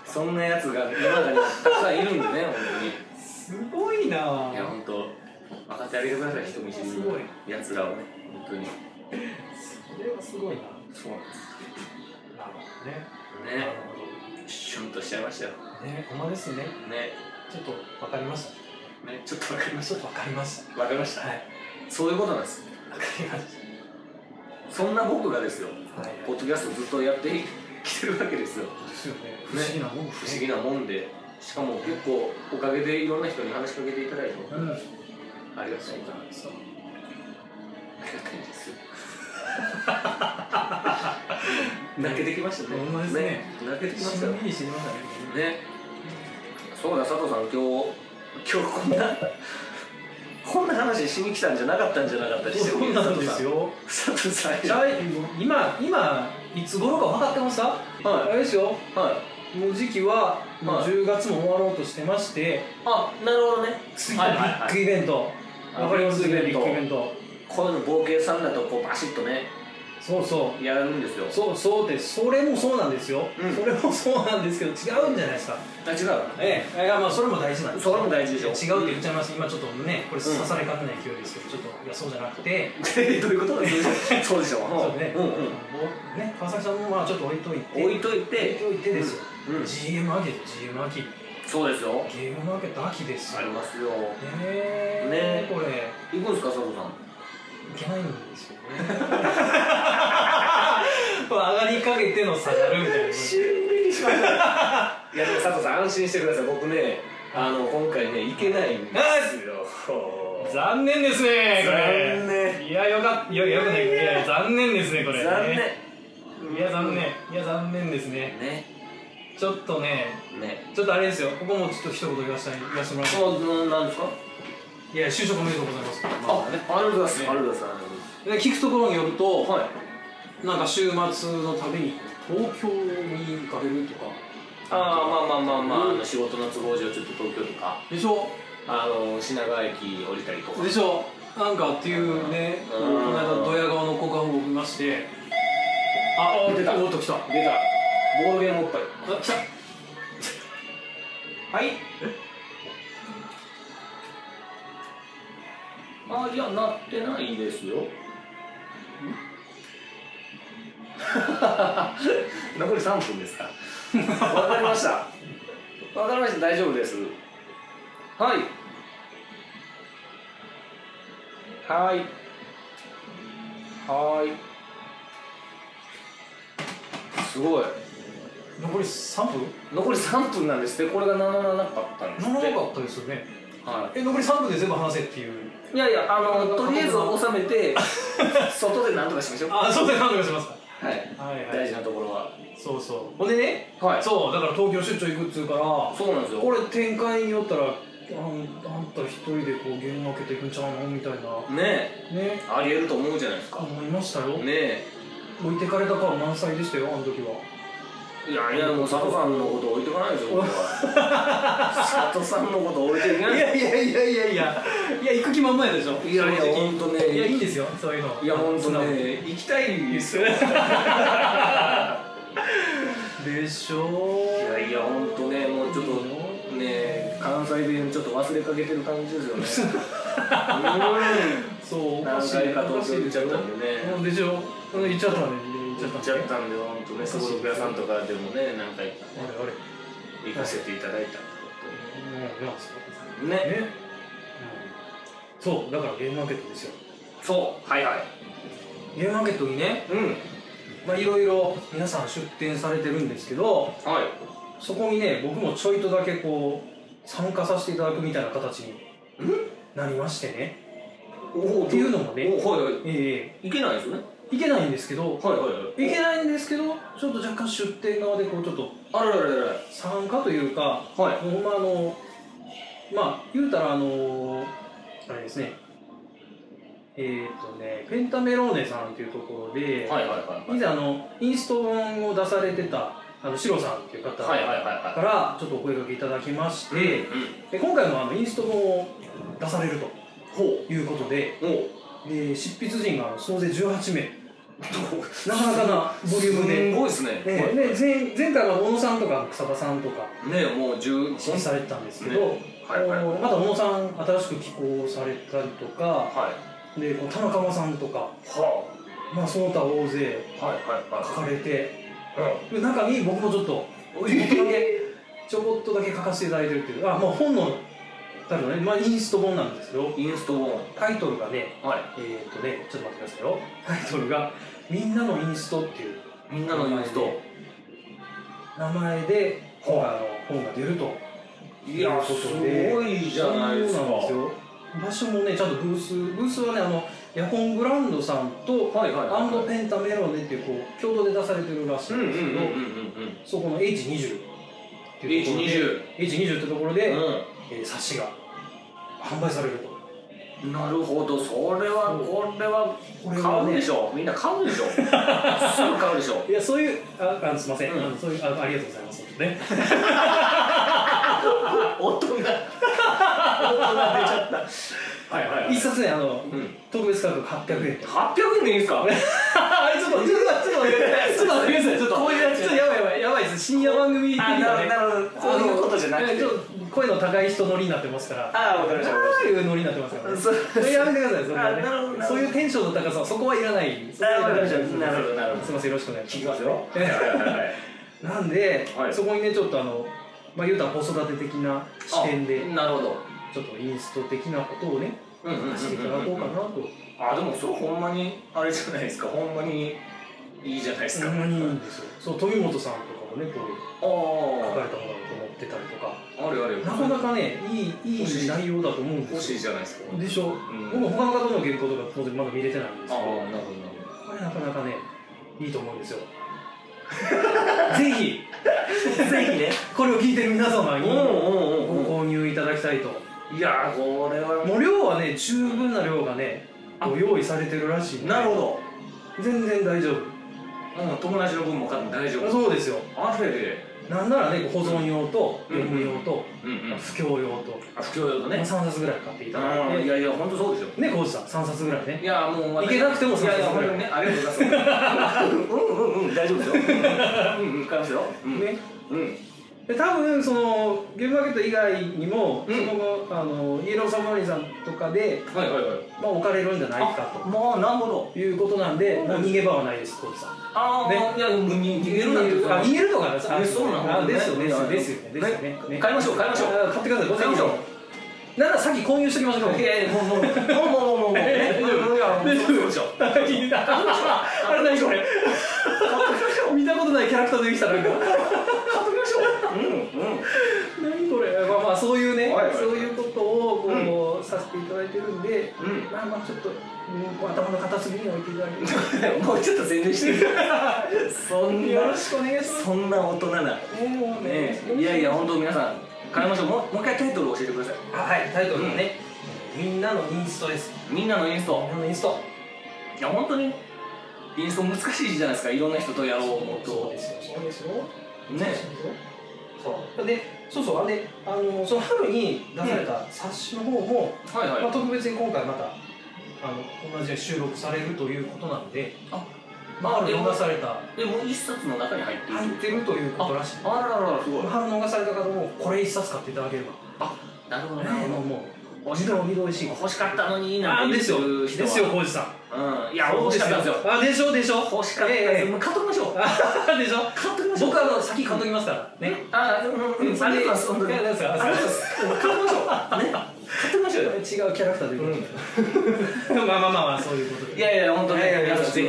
そんなやつが世の中にたくさんいるんでね本
すごいな
当にいや本当分かってあげてください人見知り
すごい
やつらをね本当に
それはすごいななる
そうなんです
ほどねな
ね
る
シュンとしちゃいましたよ
ほどねほんまですね
ね
ちょっとわかりまし
ねちょっとわかりま
た
し
ちょっとわかりました
たわかりました
はい
そういうことなんです
わかりまし
そんな僕がですよ
たはい
ポッドキャストずっとやってきてるわけですよ
ですよね不思議なもんです
不
ね
思議なもんでしかも結構おかげでいろんな人に話しかけていただいて
うん
ありがたいなありがたいですよ泣けてきましたね
ほんまですね
泣けてきまし
した
よね
んみりしてましたね
そうだ佐藤さん今日今日こんなこんな話しに来たんじゃなかったんじゃなかったりして
そうなんですよ
佐藤さん佐藤
じ
さん
ゃあ今今いつ頃か分かってますかあ
は
れですよ
いはい
もう時期はもう
はい
10月も終わろうとしてまして
あなるほどね
次のビッグイベント
はい
わかります
ビ
ビ
ッグ
ッ
イベント
グイベント
こういうの冒険さんだとこうバシッとね
そうそ
やるんですよ
うそうそうですそれもそうなんですよ
うん
それもそうなんですけど違うんじゃないですか
あ違うわ
ええいやまあそれも大事なんです
それも大事でし
違
ょ
うって言っちゃいます今ちょっとねこれ刺されかけない勢いですけどちょっといやそうじゃなくて
え どういうこと そうでしょ
そうね、
うん
もうね川崎さんもまあちょっと置いといて
うん置いとい
置い
て
といてですよ、
うんうん
GM 秋ですよ GM 秋
そうですよ
ゲームマーケット秋です
あ
よ
り
ね
ますよ
え
ね
これ
行くんですか佐藤さん
いけないんですよ ねこう上がりかけての下がるみ たいな
んみりしました いやでも佐藤さん安心してください僕ねあの今回ね行けないんですよ
残念ですねこれ
残念
いやよかっいやよくないいや残念ですねこれ
残
ねいや残念いや残念ですね
念ね
ちょっとね
ね
ちょっとあれですよここもちょっと一言言わせて言わせてもらって
そうななんですか
いや就職おめでとうございます
あありがとうございますありがとうございます
で聞くところによると、
はい
なんか週末のたびに東京に行かれるとか
ああまあまあまあまあ、
うん
あの仕事の都合上ちょっと東京とか
でしょ
あの品川駅降りたりとか
でしょなんかっていうねこ
うん
の間ドヤ顔の交換報告見まして
あお出た
お
出
っと来た
たボードゲームおっぱい
あ来た
はいあいやなってないですよ残り3分ですかわかりましたわかりました大丈夫ですはいはいはいすごい
残り3分
残り3分なんですってこれが7なかったんですって
長かったですよね
はい
え残り3分で全部話せっていう
いやいや、あの、とりあえず収めて、外で何とかしましょう。
あそうです何とかしますか
はい。
はいは
大
い
事なところは。
そうそうほんでね
はそ
そうだから東京出張行くっつうから
うそうなんですよ。
これ展開によったらあんあんた一人でこうゲーム開けていくんちゃうのみたいな
ねえ、
ね
ありえると思うじゃないですか。ね
思いましたよ
え。
置いてかれた感満載でしたよあの時はい
やいや、もう佐藤さんのこと置いてかないですよ、僕は。佐藤さんのこと置いていかない
い
です
やいやいやいやいやいや行く気満々やでしょ
いやいや、ほんとね。
いやいいんですよそういうの
いや、ほんとね。行きたいですよ。い
でしょ
やいや、ほんとね、もうちょっと。ねえ、関西弁ちょっと忘れかけてる感じですよね。 う
そうおか
何
しい
回か
おかし
東
いでし
京行っちゃ
ょ
ったんでね。
うんでしょうん行っちゃったね行っちゃ
行っ
った
ちゃ
ね
ったんで、本当ね、そこの屋さんとかでもね、何回か
あれあれ
行かせていただい
う
た。
んいやそう
ね、
ね、うん、そうだからゲームマーケットですよ
そう、はいはい。
ゲームマーケットにね
うん、
まあいろいろ皆さん出店されてるんですけど
はい。
そこにね僕もちょいとだけこう参加させていただくみたいな形になりましてね
おお、
っていうのもね
おお、はいは
え
い。行けないですよね。
えいけないんですけど
はいはいはい。
いけないんですけどちょっと若干出店側でこうちょっと
あららららら。
参加というか
はい。
ほんまあのまあ言うたらあのあれですねえっ、とねペンタメローネさんっていうところで、
はいはいはい。
以前あのインスト本を出されてたあのシロさんっていう方か
はいはいはい
ら
は
ちょっとお声掛けいただきまし
い。
て、
うん。
で今回もあのインスト本を出されると
ほ
いうことで
う。おう。
で執筆陣が総勢18名
な
なかなかなボリュームで、
すごいですね。
ねで前前回は小野さんとか草場さんとか
ね、もう十。
指揮されてたんですけど、
はいはい
こうまた小野さん新しく寄稿されたりとか
はい。
でこう田中間さんとか、
は
まあ、その他大勢
あ。はいはい
書かれて
は
で中に僕もちょっとちょこっとだけ ちょこっとだけ書かせていただいてるっていうあ、まあ、本の多分ね、まあ、インスト本なんですけど
い。インストーン。
タイトルがね
は
えー、っとねちょっと待ってくださいよタイトルが「みんなのインスト」っていう
い。みんなのインスト。
名前で本が本が出ると。
いや、すごいじゃないですか。
そうなんですよ場所もねちゃんとブースブースはねあのヤホングランドさんと、
はいはいはい
アンドペンタメロネっていうこう共同で出されてるらしい
うんう
ん
んうん
ですけど、
うん
そこの H20 っていうところで
H20
H20 ってところで、
うん。
えー冊子が販売されると
うん。なるほど、それは、これは
これ、はね
買うでしょみんな買うで しょすぐ買うでしょ
いやそういうああのすいません、
うん
あのそういうあありがとうございます本当ね
大人。大人出ちゃった。はいはいはい。
一冊ねあの、
うん
特別価格800円
800円でいいんですか
あれちょっとちょっとちょっと待ってちょっと待ってくださいちょっと
こういうやつ
ちょっとやばいやばいやばいです深夜番組的
あ、
に
な
は
る
ね
ほど、そういうことじゃなく
いや
て
ちょ。っと声の高い人乗りになってますから
あーわかりましたわかりま
あーいう乗りになってますからね
そう
それやめてくださいそれは
あなるほどなるほ
ね
ど
そういうテンションの高さはそこはいらない
なるほどなるほどなるほどなるほど
すいませんよろしくお願いし
聞き
ま
ますよ。はい
ええ
はいはいはい
すなんで
はい
そこにねちょっとあのまあ言うたら子育て的な視点で
あなるほど。
ちょっとインスト的なことをね
うんうんうんうんうん
していただこうかなと
あ、でもそれほんまに、あれじゃないですか。ほんまに、いいじゃないですか。
そんなにいいんですよそう富本さんとかもねこう
あ
書か
ー
れたものだと思ってたりとか
あるある
なかなかねいいいい内容だと思うんで
欲
す
しい
よ
じゃないですか
でしょ、
ん
僕も他の方の原稿とか当然まだ見れてないんです
ああ
け
な
ど
るほどなるほ
これなかなかねいいと思うんです よぜひ
どぜひね
これを聞いてる皆様
う
に
んうん
ご購
うん
入いただきたいと
うんいやーこれは
もう量はね十分な量がねご用意されてるらしいんで
なるほ
全然大丈夫
どうん、友達の分も買って大丈夫
そうですよ
あれで
なんならね保存用と
うん
読む用と
うんうん
不況用と
あ不況用
3
とね
冊ぐらい買っていただ
うん
い
い
て
やいや本当そうですよ
ねコージさん3冊ぐらいね
いやもう私
いけなくても
いやいや本当にねありがとうございますうんうんうん 大丈夫ですようんうん買いますようん
ね
うん
で多分そのゲームマーケット以外にも、
うん
その後あのイエローサブマリンさんとかで、
はいはいはい
まあ、置かれるんじゃないか
あまあなるほど
ということなんで、もう逃げ場はないです、コーチさん。
ああ、
ね
いやもうに逃げるなんて
あ逃げるのかな、
えそうなの
あですよね、
い
で
や
すよ
いや
ね、ですよねですよねね。
買いましょう買いましょう
あ買ってください、
買いましょう
ならさっき購入しておきましょう。
いやいやもうもうもうもうもうもうもう
え
もういやもう
大丈夫
そうでしょ
あれ何これ見たことないキャラクター出てきたなんか
うんうん
何これまあまあそういうね
はいはいはい
そういうことをこう、させていただいてるんで、
うん
まあまあちょっと、うん頭の片隅に置いていただける
もうちょっと宣伝してみてそん
よろ
な
しくお願いします。
そんな大人なね
もうね
え、いやいや本当皆さん買いましょうもうもう一回タイトル教えてください
あはい、タイトルはね、みんなのインストです。
みんなのインスト
みんなのインスト。
いや本当にインスト難しいじゃないですかいろんな人とやろうも
そう
と
ですよ、そうですよ。
ね
そう。で、そうそう、で、あの、その春に出された冊子の方も、
はい
まあ、
はい
特別に今回また。あの、同じように収録されるということなので。
あ、
まあ、春逃された。
でもう一冊の中に入っている
入ってるということらしい。
あらららすごい
春逃された方も、これ一冊買っていただければ。
なるほどなる
ね
ほ
もう、
ど
もう、
欲し
自動、美味しい。
欲しかったのにな
あ
んて
ですよ、
言
で
う人は
すよ、浩二さん。
うんいや欲しかったんですよ
あ、でしょ、でしょ。
欲しかった
え
で
え
す
え
もう買っときましょう
え でしょ。
買っときましょう
僕はあの先買っときますからね。
あ うんうんうんありがとうございます
いや
本当にありがとうございますうん買っときましょうね買っときましょうよ
違うキャラクターで、まあまあまあまあそういうこと
い
で。
やいや本当
いやいや
ね
いや
皆さんぜひ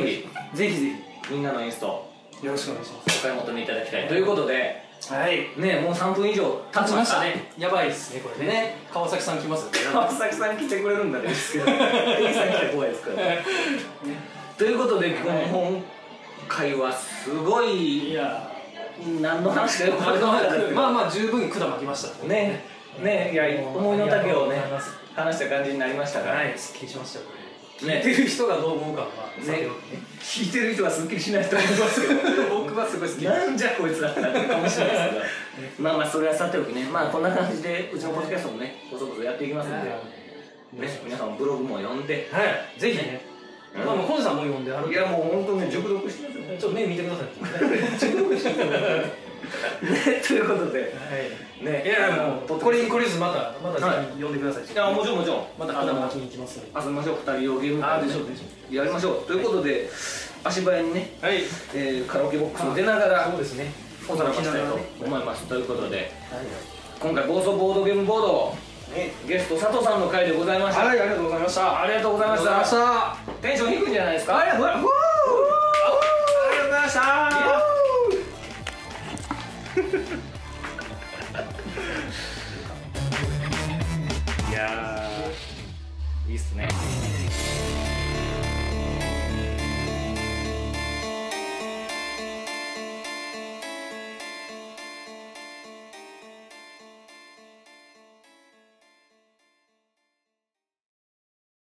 ぜひぜ
みんなのインスト
ひよろしくお願いしま。
お買い求めいただきたいということです
はい。
ねもう3分以上経ちましたね。
やばいですねこれね。
ね
川崎さん来ますよ。
川崎さん来てくれるんだねですけど A さん来たら怖いですからね ということで今回はすごい
や
何の話か よく分からなかったけど
まあまあ十分管巻きました。
ねねいや思いの丈をね話した感じになりましたから、
はい、すっきりしましたよ。これ
ね
聞いてる人がどう思うかはさておきね。
聞いてる人はすっきりしないと思いますけど 僕はすごい好きなんじゃこいつらってなってるかもしれないですけどまあまあそれはさておきねまあこんな感じでうちのポッドキャストもねこそこそやっていきますんで、ね、皆さんブログも読んで
はい。ぜひね。
うん
まあもうコンさんも読んである
い
けど。
やもう本当ね熟読してますよね
ちょっと目見てください。ちょっとしてください。は
ということでね
い。いやもう
ポッドキャスト
これにこれずまたまた
はい
読んでください。
いやもちろんもちろん
また頭巻きに行きますので。
遊びましょう二人用ゲーム会ね
でしょでし
やりましょうということで、足早にね、
はい。
えーカラオケボックスを出ながら
そうですね。
おさらばしたいと思いますということで今回暴走ボードゲームボードゲスト佐藤さんの回でございました
い、ありがとうございました。
ありがとうございましたテンション低いんじゃないですかありがとうございましたいやーいいっすね